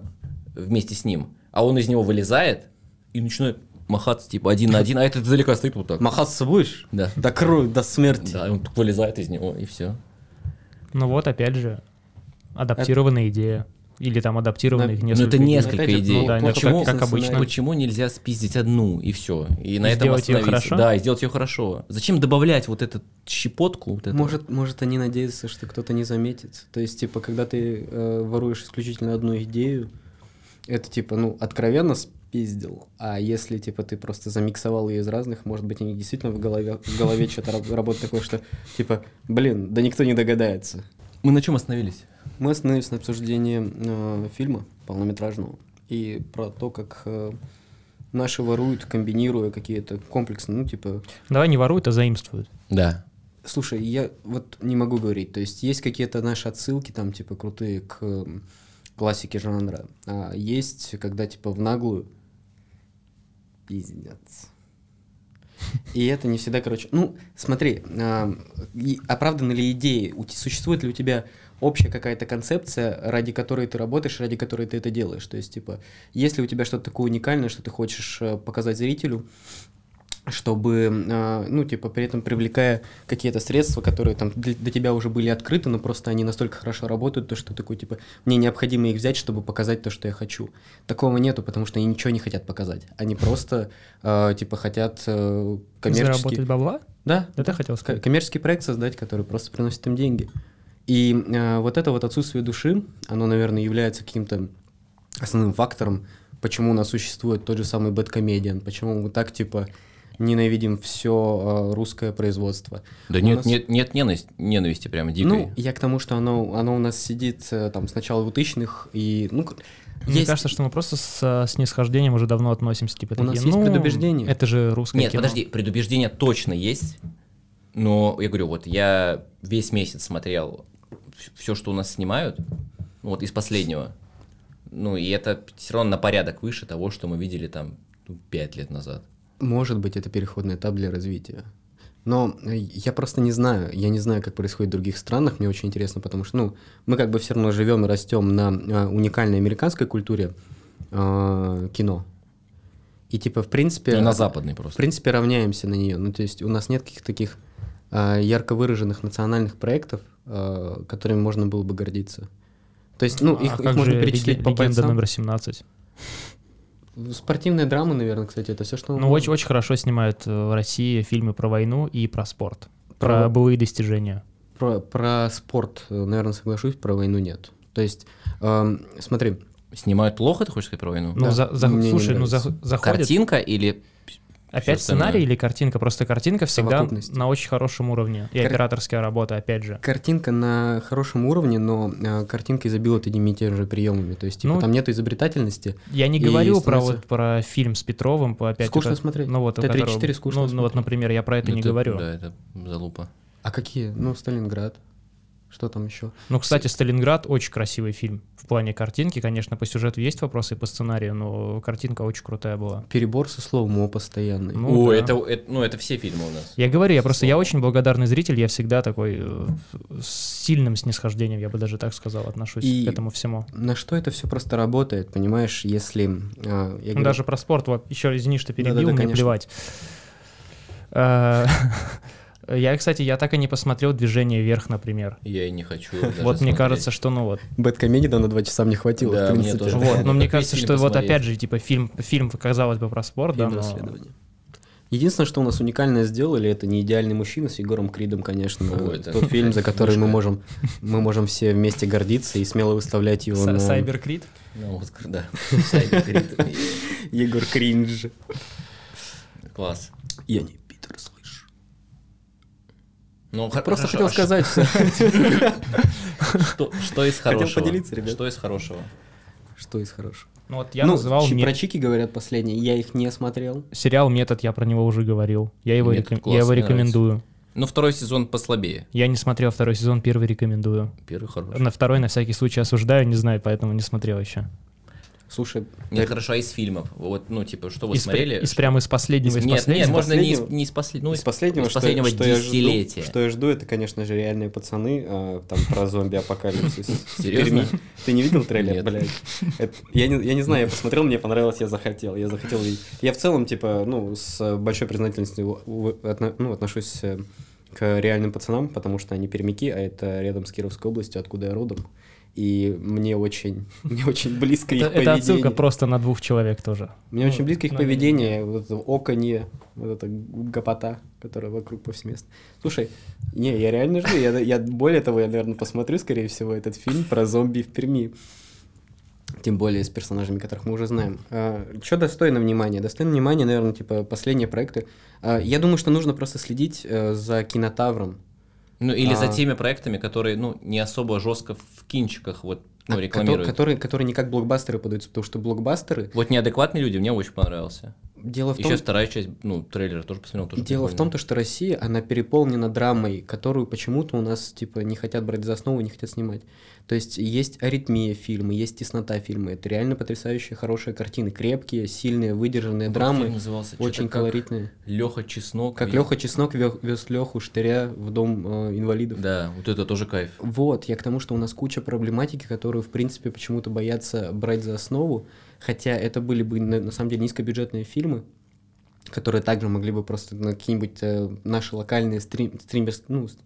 вместе с ним, а он из него вылезает и начинает махаться типа один на один, а этот издалека стоит вот так.
Махаться будешь?
Да.
До крови, до смерти.
Да, и он так вылезает из него, и все.
Ну вот, опять же, адаптированная идея. Или там адаптированных
Ну,
несколько.
ну это
идей.
несколько
Опять это,
идей.
ну, Да,
плохо
почему,
как- как
описан
обычно.
сценарий.
почему нельзя спиздить одну и все? И на
И
этом
сделать её
остановиться.
хорошо?
Да, и сделать ее хорошо. Зачем добавлять вот эту щепотку? Вот этого?
Может, может, они надеются, что кто-то не заметит. То есть, типа, когда ты э, воруешь исключительно одну идею, это, типа, ну, откровенно спиздил. А если, типа, ты просто замиксовал ее из разных, может быть, они действительно в голове, в голове что-то раб- работает такое, что, типа, блин, да никто не догадается.
Мы на чем остановились?
Мы остановились на обсуждении э, фильма полнометражного и про то, как э, наши воруют, комбинируя какие-то комплексные, ну, типа,
Давай не воруют, а заимствуют.
Да.
Слушай, я вот не могу говорить. То есть есть какие-то наши отсылки там, типа, крутые к м, классике жанра. А есть, когда, типа, в наглую... Пиздец. И это не всегда, короче... Ну, смотри, а, и оправданы ли идеи? У те- Существует ли у тебя общая какая-то концепция, ради которой ты работаешь, ради которой ты это делаешь? То есть, типа, есть ли у тебя что-то такое уникальное, что ты хочешь э, показать зрителю, чтобы, э, ну, типа, при этом привлекая какие-то средства, которые там для, для тебя уже были открыты, но просто они настолько хорошо работают, то, что такой, типа, мне необходимо их взять, чтобы показать то, что я хочу. Такого нету, потому что они ничего не хотят показать. Они просто, э, типа, хотят э, коммерческий...
Заработать бабла?
Да,
Это хотел
Ко-
сказать.
коммерческий проект создать, который просто приносит им деньги. И э, вот это вот отсутствие души, оно, наверное, является каким-то основным фактором, почему у нас существует тот же самый бэткомедиан, почему мы так, типа, ненавидим все русское производство.
Да
У
нет,
нас-
нет, нет ненависти, ненависти прямо дикой.
Ну, я к тому, что оно, оно у нас сидит э, там с начала 2000-х, и, ну, к-
Мне
есть-
кажется, что мы просто с снисхождением уже давно относимся. Типа,
У
такие,
нас есть
«Ну,
предубеждение».
Это же русское
Нет,
кино».
подожди, предубеждение точно есть. Но я говорю, вот я весь месяц смотрел все, что у нас снимают, ну, вот из последнего. Ну, и это все равно на порядок выше того, что мы видели там ну, пять лет назад.
Может быть, это переходный этап для развития. Но э, я просто не знаю. Я не знаю, как происходит в других странах. Мне очень интересно, потому что, ну, мы как бы все равно живем и растем на э, уникальной американской культуре э, кино. И типа, в принципе...
Ну, на западный просто.
В принципе, равняемся на нее. Ну, то есть у нас нет каких-то таких а, ярко выраженных национальных проектов, а, которыми можно было бы гордиться. То есть, ну,
А
их, их
как
можно
же
перечислить
лег-
по
легенда
пальцам.
номер 17.
Спортивные драмы, наверное, кстати, это все, что...
Ну, очень, очень хорошо снимают э, в России фильмы про войну и про спорт.
Про-
Про былые достижения.
про, про спорт, наверное, соглашусь, про войну нет. То есть, эм, смотри,
Снимают плохо, ты хочешь сказать про войну?
Ну,
Да.
за- за-
Мне не
слушай, ну за-
нравится.
заходит.
Картинка или... всё
Опять
остальное?
сценарий или картинка? Просто картинка всегда
Совокупность.
на очень хорошем уровне. И
Кар-
операторская работа, опять же.
картинка на хорошем уровне, но э, картинка изобила одними и теми же приемами. То есть, типа,
Ну,
там нет изобретательности.
Я не
И
говорю про
становится-
вот про фильм с Петровым, по опять
Скучно
этот-
смотреть.
Ну вот, у
Т-34
которого-
скучно
ну, ну вот,
смотреть.
например, я про это
Ну,
не говорю.
Да, это залупа.
А какие? Ну, Сталинград. Что там еще?
Ну, кстати, Сталинград очень красивый фильм. В плане картинки, конечно, по сюжету есть вопросы и по сценарию, но картинка очень крутая была.
Перебор со словом «о» постоянный.
Ну,
О,
да.
это, это- ну, это все фильмы у нас.
Я говорю, я просто я очень благодарный зритель, я всегда такой э, с сильным снисхождением, я бы даже так сказал, отношусь
И-
к этому всему.
На что это все просто работает, понимаешь, если... а, я
Ну,
говорю-
Даже про спорт, вот, еще извини, что перебил,
Да-да-да,
мне
конечно.
плевать. Э, Я, кстати, я так и не посмотрел «Движение вверх», например.
Я и не хочу. его даже
Вот мне
смотреть.
кажется, что ну вот.
Бэткомедида на два часа мне хватило,
Да,
в
мне
принципе.
тоже.
Вот, но мне
Какой
кажется,
фильм
что вот
посмотреть?
опять же, типа, фильм, фильм казалось бы, про спорт, да,
Фильм
но-
расследования. Единственное, что у нас уникальное сделали, это не идеальный мужчина с Егором Кридом, конечно.
Фу, это
Тот фильм, за который мы
мышка.
можем, мы можем все вместе гордиться и смело выставлять его
Са-
на...
Сайберкрит?
Ну, Оскар, да. Сайбер Крид.
Егор Кринж.
Класс.
Я не Питер, слышь.
Ну,
а
Просто хотел сказать, что-
Что, что из
Хотел
хорошего?
поделиться, ребят.
Что из хорошего?
что из хорошего.
Ну вот я
Ну,
называл
чи-
ме-
про Чики говорят последние, я их не смотрел.
сериал «Метод», я про него уже говорил. Я его,
«Метод»
реком-
класс,
я его
мне
рекомендую.
Ну, второй сезон послабее.
Я не смотрел второй сезон, первый рекомендую.
Первый хороший.
На второй на всякий случай осуждаю, не знаю, поэтому не смотрел еще.
Слушай,
Нет, хорошо, а из фильмов? Вот, ну, типа, что вы
из, пре-
смотрели?
из прямо из последнего, из
нет,
последнего.
нет, можно не из,
последнего?
не Ну, из последнего.
из последнего,
из последнего
что, я- что я
десятилетия.
жду, что я жду, это, конечно же, реальные пацаны, а, там, про зомби-апокалипсис. в
Серьезно?
Перми. Ты не видел трейлер,
Нет.
блядь? Это- Я не, я не знаю, я посмотрел, мне понравилось, я захотел, я захотел видеть. Я в целом, типа, ну, с большой признательностью у- у- отно- ну, отношусь э, к реальным пацанам, потому что они пермяки, а это рядом с Кировской областью, откуда я родом. И мне очень, мне очень близко их
это, это отсылка
поведение.
просто на двух человек тоже.
Мне очень
Ну,
близко их
ну,
поведение, вот это оконье, вот эта гопота, которая вокруг повсеместно. Слушай, не, я реально жду, я, я более того, я, наверное, посмотрю, скорее всего, этот фильм про зомби в Перми. Тем более с персонажами, которых мы уже знаем. что достойно внимания? Достойно внимания, наверное, типа последние проекты. А, я думаю, что нужно просто следить э, за кинотавром.
Ну, или за
А.
теми проектами, которые, ну, не особо жестко в кинчиках вот ну,
а, кото-
рекламируют.
Которые, которые не как блокбастеры подаются, потому что блокбастеры...
Вот неадекватные люди мне очень понравился.
Дело в том,
Еще вторая часть, ну, трейлера тоже посмотрел. Тоже
Дело в том,
прикольно.
то, что Россия, она переполнена драмой, которую почему-то у нас, типа, не хотят брать за основу, не хотят снимать. То есть есть аритмия фильма, есть теснота фильма. Это реально потрясающие, хорошие картины. Крепкие, сильные, выдержанные
Как фильм
драмы,
назывался
очень колоритные.
Леха Чеснок.
Как
или-
Леха Чеснок вё- вез Леху Штыря в дом э, инвалидов.
Да, вот это тоже кайф.
Вот, я к тому, что у нас куча проблематики, которую, в принципе, почему-то боятся брать за основу, хотя это были бы, на, на самом деле, низкобюджетные фильмы, которые также могли бы просто на какие-нибудь э, наши локальные стрим, стримерс- ну, с-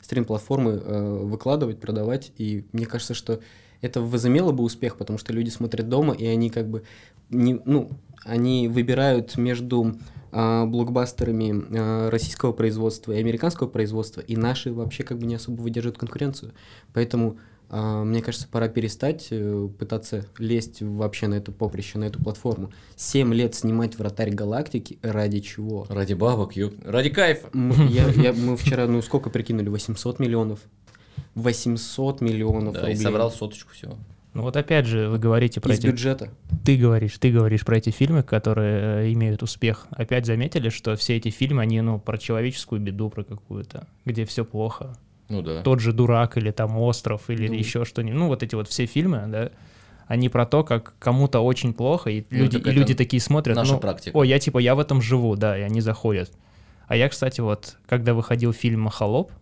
стрим-платформы э, выкладывать, продавать, и мне кажется, что это возымело бы успех, потому что люди смотрят дома, и они как бы, не, ну, они выбирают между а, блокбастерами а, российского производства и американского производства, и наши вообще как бы не особо выдерживают конкуренцию. Поэтому, а, мне кажется, пора перестать э, пытаться лезть вообще на это поприще, на эту платформу. Семь лет снимать «Вратарь галактики» ради чего?
Ради бабок, ёп. Ради кайфа.
М- я- я- мы вчера, ну сколько прикинули, 800 миллионов. 800 миллионов
Да, и
рублей.
собрал соточку всего.
Ну вот опять же, вы говорите про
из
эти...
бюджета.
Ты говоришь, ты говоришь про эти фильмы, которые э, имеют успех. Опять заметили, что все эти фильмы, они, ну, про человеческую беду, про какую-то, где все плохо.
Ну да.
тот же дурак или там остров или
Ну.
еще что-нибудь. Ну, вот эти вот все фильмы, да, они про то, как кому-то очень плохо, и
Ну,
люди,
так
и
это
люди такие смотрят.
наша
ну,
практика.
О, я типа, я в этом живу, да, и они заходят. А я, кстати, вот, когда выходил фильм «Холоп»,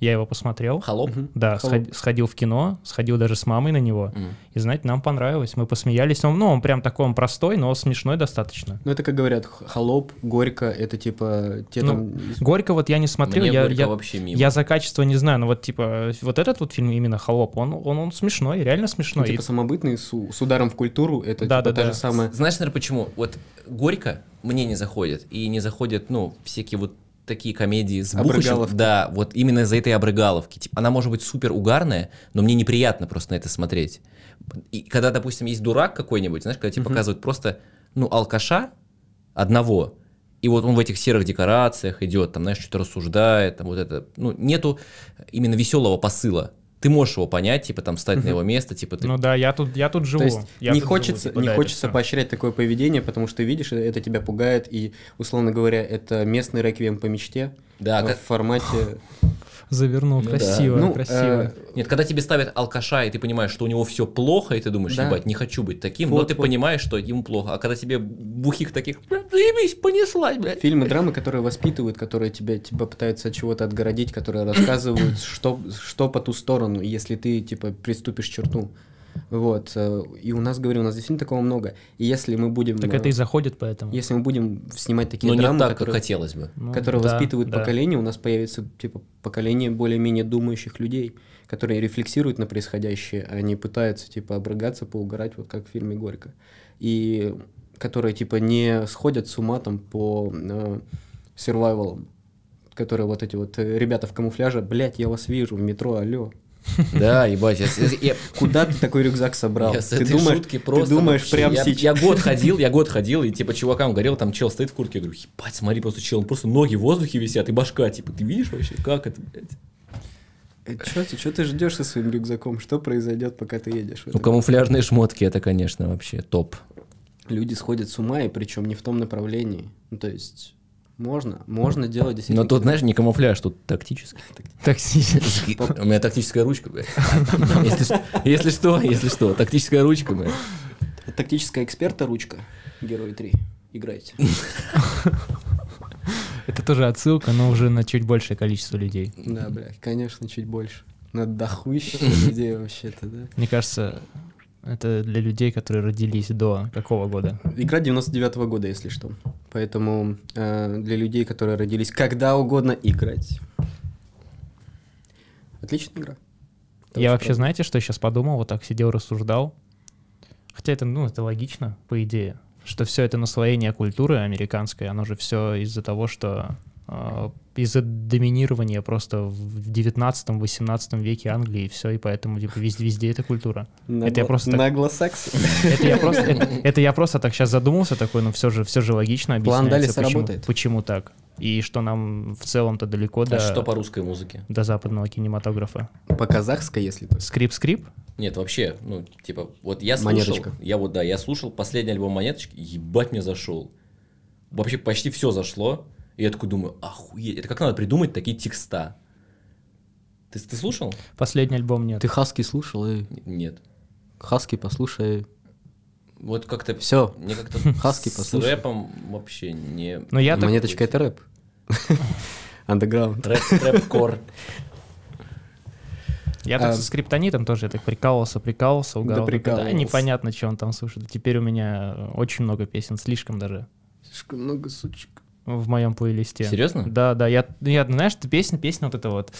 я его посмотрел.
Холоп.
Мгм.
Да,
«Холоп».
сходи- сходил в кино, сходил даже с мамой на него.
М.
И, знаете, нам понравилось, мы посмеялись. Он, ну, он прям такой, он простой, но смешной достаточно.
Ну это как говорят, х- холоп, горько, это типа те
Ну,
там...
Горько вот я не смотрел,
Мне
я,
Горько
я-
вообще мимо.
Я за качество не знаю, но вот типа вот этот вот фильм именно холоп, он он, он смешной, реально
ну,
смешной.
типа
И-
самобытный с, у- с ударом в культуру, это
Да,
типа
да,
та
да.
же самая...
Знаешь, наверное, почему? Вот Горько мне не заходит. И не заходят, ну, всякие вот такие комедии с
Обрыгаловки.
Бухачем. Да, вот именно из-за этой обрыгаловки. Типа, она может быть супер угарная, но мне неприятно просто на это смотреть. И когда, допустим, есть дурак какой-нибудь, знаешь, когда тебе показывают просто, ну, алкаша одного, и вот он в этих серых декорациях идет, там, знаешь, что-то рассуждает, там, вот это, ну, нету именно веселого посыла. Ты можешь его понять, типа, там, встать на его место, типа, ты
Ну да, я тут, я тут живу.
То есть
Я
не
тут
хочется,
живу, типа,
не
да, это
хочется
всё.
поощрять такое поведение, потому что видишь, это тебя пугает, и, условно говоря, это местный реквием по мечте
Да,
э,
как-
в формате...
Завернул,
Ну да.
красиво,
Ну,
красиво.
э,
Нет, когда тебе ставят алкаша, и ты понимаешь, что у него все плохо, и ты думаешь,
Да.
ебать, не хочу быть таким, но
Вот,
ты
вот.
понимаешь, что ему плохо. А когда тебе бухих таких, «Бля, заебись, понеслась, блядь.
Фильмы, драмы, которые воспитывают, которые тебя типа пытаются от чего-то отгородить, которые рассказывают, что, что по ту сторону, если ты типа приступишь черту. Вот. э, И у нас, говорю, у нас действительно такого много. И если мы будем...
Так
э,
это и заходит поэтому.
Если мы будем снимать такие
Но не
драмы,
так, как
которые,
хотелось бы.
Ну,
которые
да,
воспитывают
да.
поколение, у нас появится типа поколение более-менее думающих людей, которые рефлексируют на происходящее, а не пытаются типа обрыгаться, поугарать, вот как в фильме Горько, и которые типа не сходят с ума там по э, сервайвалам, которые вот эти вот э, ребята в камуфляже, блядь, я вас вижу в метро, алло,
Да, ебать, я, я- я-
куда ты такой рюкзак собрал?
я с
Ты
этой
думаешь,
шутки
ты
просто
думаешь
вообще-
прямо
я,
сейчас?
я год ходил, я год ходил, и типа чувакам говорил, там чел стоит в куртке, я говорю, ебать, смотри, просто чел, он просто ноги в воздухе висят, и башка, типа, ты видишь вообще, как это, блядь?
Че ты, Э, чё ты ждешь со своим рюкзаком? Что произойдет, пока ты едешь? в
Ну,
этом?
камуфляжные шмотки, это, конечно, вообще топ.
люди сходят с ума, и причем не в том направлении. Ну, то есть можно, можно делать действительно.
Но тут, знаешь, не камуфляж, тут тактически.
Токсичный.
У меня тактическая ручка, блядь. Если ш- Если что, если что, тактическая ручка, блядь.
Тактическая эксперта ручка. Герой 3. Играйте.
Это тоже отсылка, но уже на чуть большее количество людей.
Да, блядь, конечно, чуть больше. На дохуище людей вообще-то, да.
Мне кажется, это для людей, которые родились до какого года?
Игра 99-го года, если что. Поэтому э, для людей, которые родились когда угодно, играть. Отличная игра. Так
Я
что-
вообще, знаете, что я сейчас подумал, вот так сидел, рассуждал. Хотя это, ну, это логично, по идее, что все это наслоение культуры американской, оно же все из-за того, что э, из-за доминирования просто в 19-18 веке Англии, и все, и поэтому типа, везде, везде эта культура.
Нагло,
это я просто так-
нагло секс.
Это я просто, это, это я просто так сейчас задумался такой, но все же, все же логично
План
объясняется,
Далиса
почему,
работает.
почему так. И что нам в целом-то далеко
А
до,
что по русской музыке?
до западного кинематографа.
По-казахской, если то.
Скрип-скрип?
Нет, вообще, ну, типа, вот я слушал,
Монеточка.
я вот, да, я слушал последний альбом Монеточки, ебать мне зашел. Вообще почти все зашло, и я такой думаю, охуеть, это как надо придумать такие текста? Ты, ты слушал?
Последний альбом нет.
хаски слушал, и
Н- Нет.
хаски послушай.
Вот как-то...
Все,
Мне как-то
Хаски
с
послушай.
рэпом вообще не...
Но я так
Монеточка это рэп. Андеграунд.
Рэп, рэп-кор.
Я так
А.
со скриптонитом тоже я так прикалывался, прикалывался, угал.
прикалывался.
непонятно, что он там слушает. Теперь у меня очень много песен, слишком даже
Слишком много сучек.
в моем плейлисте.
Серьезно?
Да, да. Я, ну, я знаешь, ты песня, песня вот эта вот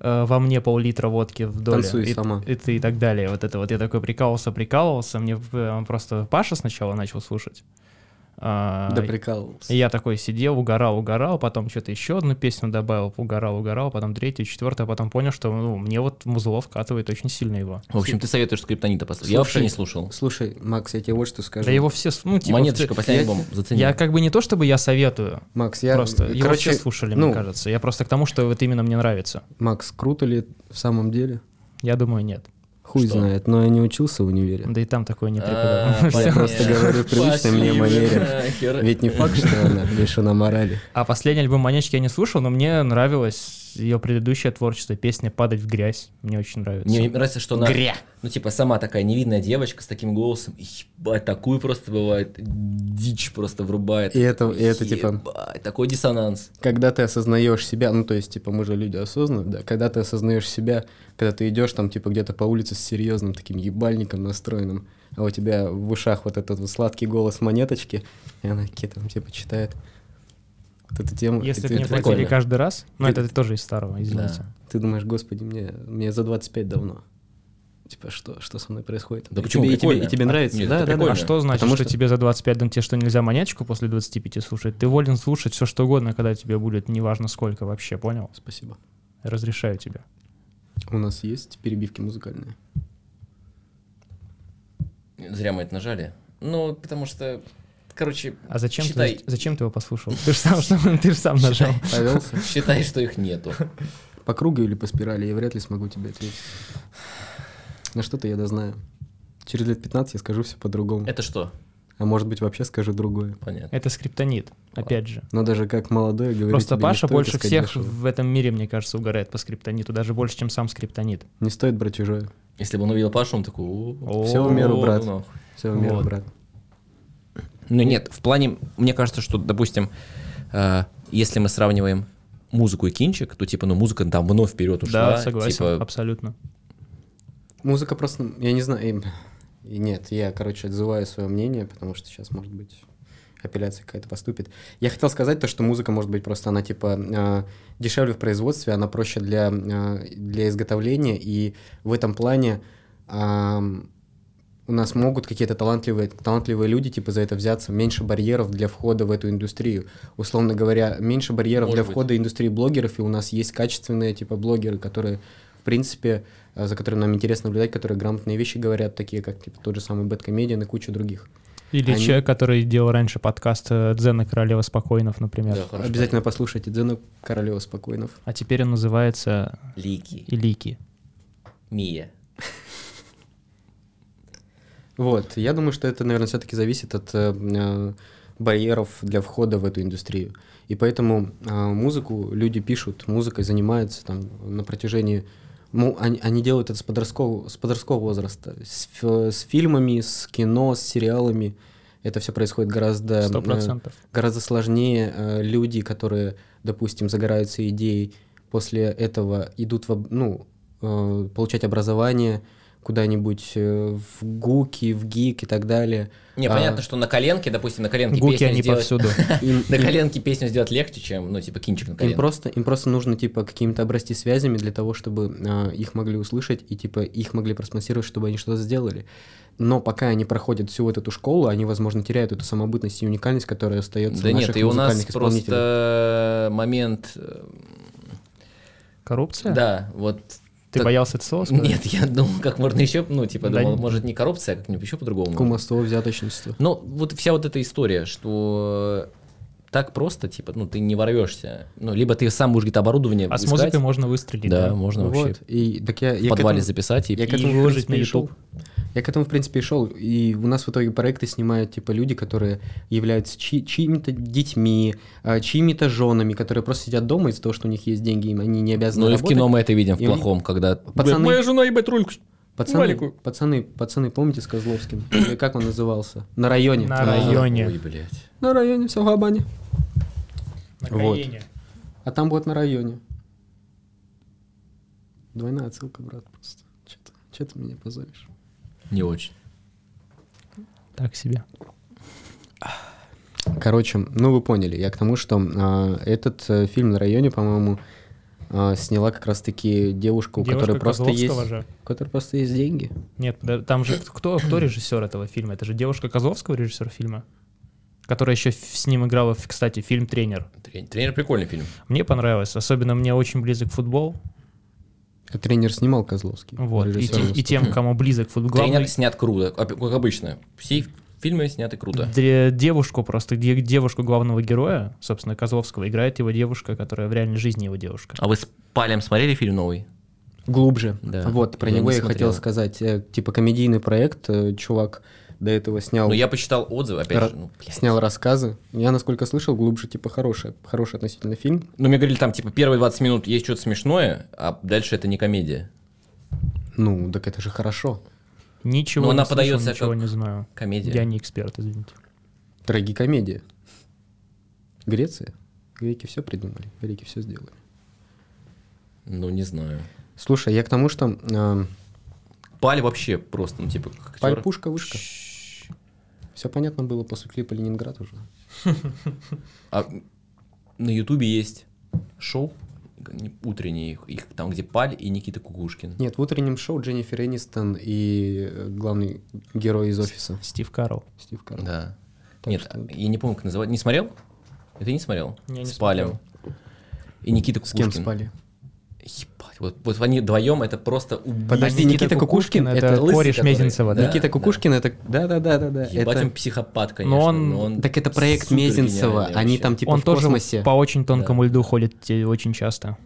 э, «Во мне пол-литра водки в доле».
Танцуй
и,
сама.
И, ты- и так далее. Вот это вот. Я такой прикалывался, прикалывался. Мне э, просто Паша сначала начал слушать. А,
Да прикалывался.
и я такой сидел, угорал, угорал, потом что-то еще одну песню добавил, угорал, угорал, потом третью, четвертую, а потом понял, что ну, мне вот музло вкатывает очень сильно его.
В общем, ты советуешь скриптонита послушать. Я вообще
Слушай,
не слушал.
Слушай, Макс, я тебе вот что скажу.
Да его все, с- ну, типа,
Монеточка,
в-
последний
я-
альбом, зацени.
Я как бы не то, чтобы я советую,
Макс, я...
просто его
Короче,
все слушали,
ну,
мне кажется. Я просто к тому, что вот именно мне нравится.
Макс, круто ли в самом деле?
Я думаю, нет.
Хуй
Что?
знает, но я не учился в универе.
Да и там такое не
А,
преподавалось.
понятно.
просто говорю в привычной мне
Пошли вы
манере.
нахер.
Ведь не факт, что она лишена морали.
А последний альбом Манечки я не слушал, но мне нравилось ее предыдущее творчество, песня «Падать в грязь». Мне очень нравится.
Мне нравится, что она... Ну, типа, сама такая невидная девочка с таким голосом. Ебать, такую просто бывает. Дичь просто врубает.
И это- и это, типа-
Ебать, такой диссонанс.
Когда ты осознаешь себя, ну то есть, типа, мы же люди осознанные, да, когда ты осознаешь себя, когда ты идешь там, типа, где-то по улице с серьезным таким ебальником настроенным, а у тебя в ушах вот этот вот сладкий голос монеточки, и она какие-то там, типа, читает вот эту тему. и
Если
ты-
бы не
ты
платили
прикольно.
каждый раз, ну это
Ты-
тоже из старого, извините.
Ты думаешь, господи, мне, мне за 25 давно. Типа, что, что со мной происходит?
Да
И
почему?
тебе, и тебе, и
Прикольно.
тебе нравится?
Нет,
да,
это
да, да.
прикольно.
А что значит,
Потому
что,
что-
тебе за 25 дам тебе что, нельзя маньячку после 25 слушать? Ты волен слушать все, что угодно, когда тебе будет неважно сколько вообще, понял?
Спасибо.
Разрешаю тебе.
У нас есть перебивки музыкальные.
Зря мы это нажали. Ну, потому что, короче,
А зачем, ты,
Считай.
зас- зачем ты его послушал? Ты же сам, что- ты ж сам нажал.
Повелся?
считай, что их нету.
По кругу или по спирали? Я вряд ли смогу тебе ответить. На что-то я дознаю. Через лет 15 я скажу все по-другому.
Это что?
А может быть, вообще скажу другое.
Понятно.
Это скриптонит, опять же.
Но даже как молодой говорю
Просто
тебе, не
Паша
стоит
больше
искать
всех
дешево.
в этом мире, мне кажется, угорает по скриптониту, даже больше, чем сам скриптонит.
Не стоит брать чужое.
Если бы он увидел Пашу, он такой... «О,
Всё в меру,
ну
брат».
нахуй».
Все, мир,
Вот.
брат.
Ну нет, в плане, мне кажется, что, допустим, э, если мы сравниваем музыку и кинчик, то типа, ну музыка давно вперед ушла.
Да, согласен,
типа,
абсолютно.
Музыка просто, я не знаю, эм, и нет, я, короче, отзываю свое мнение, потому что сейчас, может быть, апелляция какая-то поступит. Я хотел сказать то, что музыка, может быть, просто она, типа, э, дешевле в производстве, она проще для, э, для изготовления, и в этом плане ам, у нас могут какие-то талантливые, талантливые люди, типа, за это взяться, меньше барьеров для входа в эту индустрию. Условно говоря, меньше барьеров
Может
для
быть.
входа индустрии блогеров, и у нас есть качественные, типа, блогеры, которые, в принципе, э, за которыми нам интересно наблюдать, которые грамотные вещи говорят, такие как, типа, тот же самый Бэткомедиан и куча других.
Или
Они-
человек, который делал раньше подкаст э, «Дзена Королева Спокойнов», например.
Да, хорошо.
Обязательно послушайте Дзена Королева Спокойнов.
А теперь он называется
Лики,
Илики.
Мия.
Вот, я думаю, что это, наверное, все-таки зависит от э, э, барьеров для входа в эту индустрию. И поэтому э, музыку люди пишут, музыкой занимаются там на протяжении... Ну, они, они делают это с подросткового, с подросткового возраста, с, ф- с фильмами, с кино, с сериалами. Это все происходит гораздо...
Сто
э,
процентов.
гораздо сложнее э, люди, которые, допустим, загораются идеей, после этого идут в, об- ну, э, получать образование куда-нибудь э, в ГУКи, в ГИК и так далее.
Не,
А.
понятно, что на коленке, допустим, на коленке
Гуки
песню
они
сделать...
повсюду.
Им,
На
им-
коленке песню сделать легче, чем, ну, типа, кинчик на
им
коленке.
просто, им просто нужно, типа, какими-то обрасти связями для того, чтобы э, их могли услышать и, типа, их могли проспонсировать, чтобы они что-то сделали. Но пока они проходят всю вот эту школу, они, возможно, теряют эту самобытность и уникальность, которая остается
Да
у наших
нет, и у нас
музыкальных исполнителей.
просто момент... э,
Коррупция?
Да, вот...
Ты
так-
боялся это слово сказать?
Нет, я думал, как можно еще, ну, типа,
Да
думал,
не-
может, не коррупция, а как-нибудь еще по-другому.
Кумовство, взяточничество.
Ну, вот вся вот эта история, что так просто, типа, ну, ты не ворвешься. Ну, либо ты сам будешь где-то оборудование
А с
искать.
музыкой можно выстрелить.
Да,
да.
можно
вот.
вообще
И, так я,
в
я к
подвале
этому-
записать. И...
Я к
и
этому, в
выложить
принципе,
на
и шел.
YouTube.
Я к этому, в принципе, и шел. И у нас в итоге проекты снимают, типа, люди, которые являются чи- чьими-то детьми, а, чьими-то женами, которые просто сидят дома из-за того, что у них есть деньги, им они не обязаны
Ну, и в
работать.
кино мы это видим в
И у них-
плохом, когда...
Пацаны,
Моя жена ебать рульку.
пацаны,
маленькую.
пацаны, пацаны, помните с Козловским? Или как он назывался? На районе.
На
А,
районе.
Ой, блядь.
На районе, все в Габане.
На
Вот.
Каене.
А там вот на районе. Двойная отсылка, брат, просто. Че ты, чё ты меня позоришь?
Не очень.
Так себе.
Короче, ну вы поняли, я к тому, что а, этот э, фильм на районе, по-моему, а, сняла как раз-таки девушка, у которой
Девушка
просто есть,
Козловского же.
у которой просто есть деньги.
Нет, да, там же кто, кто режиссер этого фильма? Это же девушка Козловского, режиссер фильма, которая еще с ним играла, в, кстати, фильм «Тренер».
Трен- Тренер прикольный фильм.
Мне понравилось, особенно мне очень близок футбол,
А Тренер снимал Козловский.
вот, и,
режиссер
те- и
выступал.
тем, кому близок футбол. Главный-
Тренер снят круто, опи- как обычно. Все фильмы сняты круто.
Дре- девушку просто, де- девушку главного героя, собственно, Козловского, играет его девушка, которая в реальной жизни его девушка.
А вы с Палем смотрели фильм новый?
Глубже.
Да.
Вот, про
Я
него
не
я хотел
смотрел.
сказать. э, Типа комедийный проект, э, чувак до этого снял,
Ну, я почитал отзывы, опять
Ра-
же. Ну, блядь.
снял рассказы. Я, насколько слышал, глубже, типа, хороший, хороший относительно фильм.
Ну, мне говорили, там, типа, первые 20 минут есть что-то смешное, а дальше это не комедия.
Ну, так это же хорошо.
Ничего
Ну,
не
она
слышал,
подается
ничего
как
не знаю.
Комедия.
Я не эксперт, извините.
Трагикомедия. Греция. Греки все придумали, греки все сделали.
Ну, не знаю.
Слушай, я к тому, что э,
Паль вообще просто, ну, типа, как актер.
паль пушка вышка. Все понятно было после клипа Ленинград уже.
А на Ютубе есть шоу не- утренний, их- их там, где Паль и Никита Кукушкин.
Нет, в утреннем шоу Дженнифер Энистон и э, главный герой из офиса
Стив Карл.
Стив Карл.
Да.
Так
Нет,
что-
я не помню, как называть. Не смотрел? И Ты не смотрел?
Я не
с Палем. И Никита
С
Кукушкин.
кем спали?
Ебать, вот, вот они вдвоем это просто убийство.
Подожди,
Никита
Никита,
Кукушкин
Кукушкин,
это
это
лысый,
кореш
который-
Мезенцева, да?
Никита Кукушкин это да да да да да.
Ебать,
это-
он психопат, конечно.
он-
Так это проект
супер
Мезенцева,
гениальный
они
вообще.
там типа
он
в
тоже
космосе.
по очень тонкому льду ходит э, очень часто.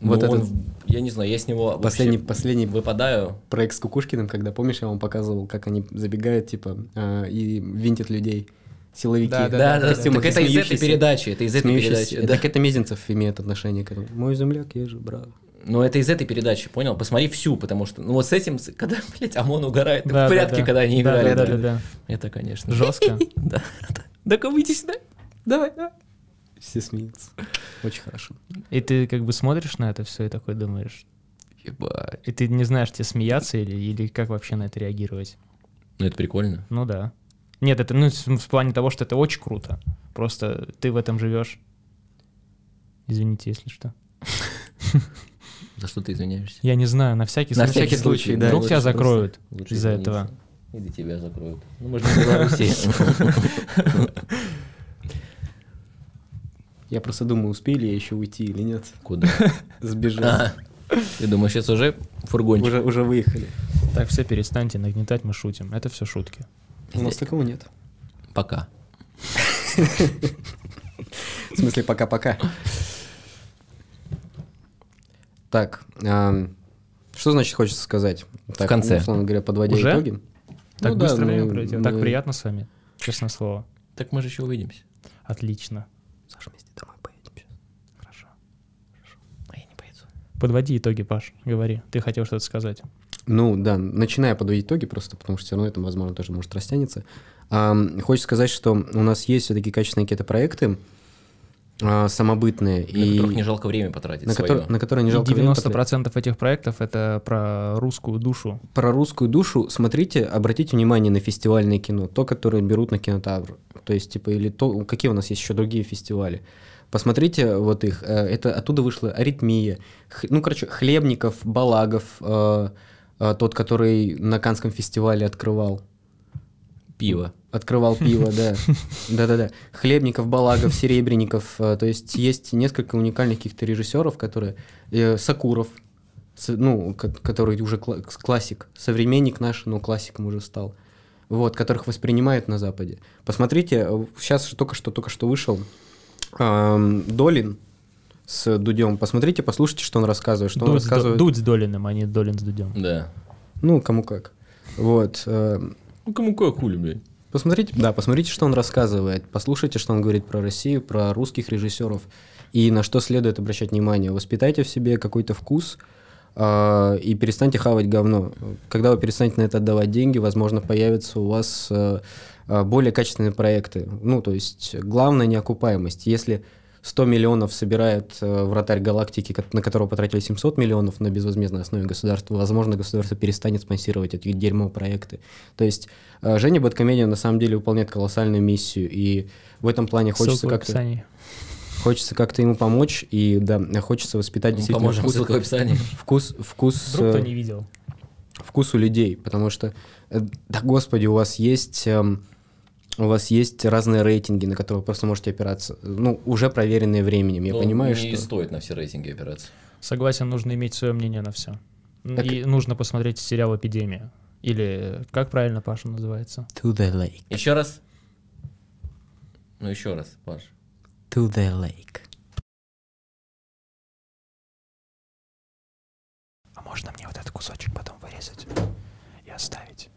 Ну,
вот
он-
этот-
Я не знаю, я с него
Последний
вообще
последний
выпадаю.
проект с Кукушкиным, когда помнишь, я вам показывал, как они забегают типа э, и винтят людей силовики.
Да, да,
Да, да,
костюмах
так
и
это из этой
смеющиеся.
передачи, это из этой
Смеющиеся.
передачи. да.
Так это Мезенцев имеет отношение к этому. Мой земляк, я же брат.
Но Ну, это из этой передачи, понял? Посмотри всю, потому что, ну вот с этим, с- когда, блядь, ОМОН угорает, ты
Да,
в
да,
порядке,
да.
когда они
Да,
играли.
да,
да.
да, да.
Это, конечно.
Жестко.
Да, да. Да-ка выйди сюда. Давай, давай.
Все смеются. Очень хорошо.
И ты как бы смотришь на это все и такой думаешь,
Ебать.
и ты не знаешь, тебе смеяться или, или как вообще на это реагировать.
Ну это прикольно.
Ну да. Нет, это ну, с- в плане того, что это очень круто. Просто ты в этом живешь. Извините, если что.
За что ты извиняешься?
Я не знаю, на всякий случай.
случай, да.
Вдруг
лучше
тебя закроют
Лучше
из-за
извиниться.
этого.
Или тебя закроют. Ну, может, в Беларуси.
Я просто думаю, успели я еще уйти или нет.
Куда?
Сбежать.
А, Ты думаешь, сейчас уже фургончик?
Уже, уже выехали.
Так, все перестаньте нагнетать, мы шутим. Это все шутки.
У нас такого нет.
Пока.
В смысле, пока-пока. Так, ам, что значит хочется сказать? Так,
конце.
Условно говоря, подводя
Уже?
итоги.
Так
Ну да,
быстро время
мы-
пролетело.
мы-
Так приятно с вами, честное слово.
Так мы же еще увидимся.
Отлично.
Саша, вместе домой поедем сейчас.
Хорошо.
А я не поеду.
Подводи итоги, Паш, говори. Ты хотел что-то сказать.
Ну да, начиная подводить итоги просто, потому что все равно это, возможно, тоже может растянется. Ам, Хочется сказать, что у нас есть все-таки качественные какие-то проекты а, самобытные.
На
и
которых не жалко время потратить
на,
свое.
котор- на которые не жалко времени
90%
потратить.
процентов этих проектов — это про русскую душу.
про русскую душу, смотрите, обратите внимание на фестивальное кино, то, которое берут на кинотавр, то есть, типа, или то, какие у нас есть еще другие фестивали. Посмотрите вот их, э, это оттуда вышла «Аритмия», Х- ну, короче, Хлебников, Балагов, э, э, тот, который на Канском фестивале открывал.
Пиво.
Открывал пиво, да. Да-да-да. Хлебников, Балагов, Серебренников. э, То есть есть несколько уникальных каких-то режиссеров, которые... э, Сакуров, с- ну, ко- который уже кла- классик, современник наш, но классиком уже стал. Вот, которых воспринимают на Западе. Посмотрите, сейчас только что, только что вышел эм, Долин с Дудем. Посмотрите, послушайте, что он рассказывает. Что он
Дудь, с До-
рассказывает.
Дудь с Долиным, а не Долин с Дудем.
Да.
Ну, кому как. Вот. эм,
Ну, кому какой хули, блядь.
Посмотрите, да, посмотрите, что он рассказывает, послушайте, что он говорит про Россию, про русских режиссеров и на что следует обращать внимание. Воспитайте в себе какой-то вкус а, и перестаньте хавать говно. Когда вы перестанете на это отдавать деньги, возможно, появятся у вас э, а, более качественные проекты. Ну, то есть главное неокупаемость. Если 100 миллионов собирает э, вратарь галактики, кот- на которого потратили 700 миллионов на безвозмездной основе государства, возможно, государство перестанет спонсировать эти дерьмо проекты. То есть э, Женя Баткомедиан на самом деле выполняет колоссальную миссию, и в этом плане хочется
Ссылка в
как-то
описании.
хочется как-то ему помочь, и да, хочется воспитать
Мы
действительно
Поможем,
вкус,
ссылка в описании.
вкус, вкус,
Вдруг кто
э,
не видел.
вкус у людей, потому что, э, да господи, у вас есть... эм, у вас есть разные рейтинги, на которые вы просто можете опираться. Ну, уже проверенные временем. Я
Ну,
понимаю,
не
что...
стоит на все рейтинги опираться.
Согласен, нужно иметь свое мнение на все.
Так-
И нужно посмотреть сериал «Эпидемия». Или как правильно Паша называется?
To the lake,
Еще раз. Ну, еще раз, Паш.
to the lake.
А можно мне вот этот кусочек потом вырезать и оставить?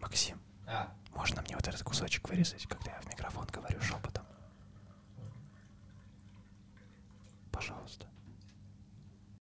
Максим, можно мне вот этот кусочек вырезать, когда я в микрофон говорю шепотом? Пожалуйста.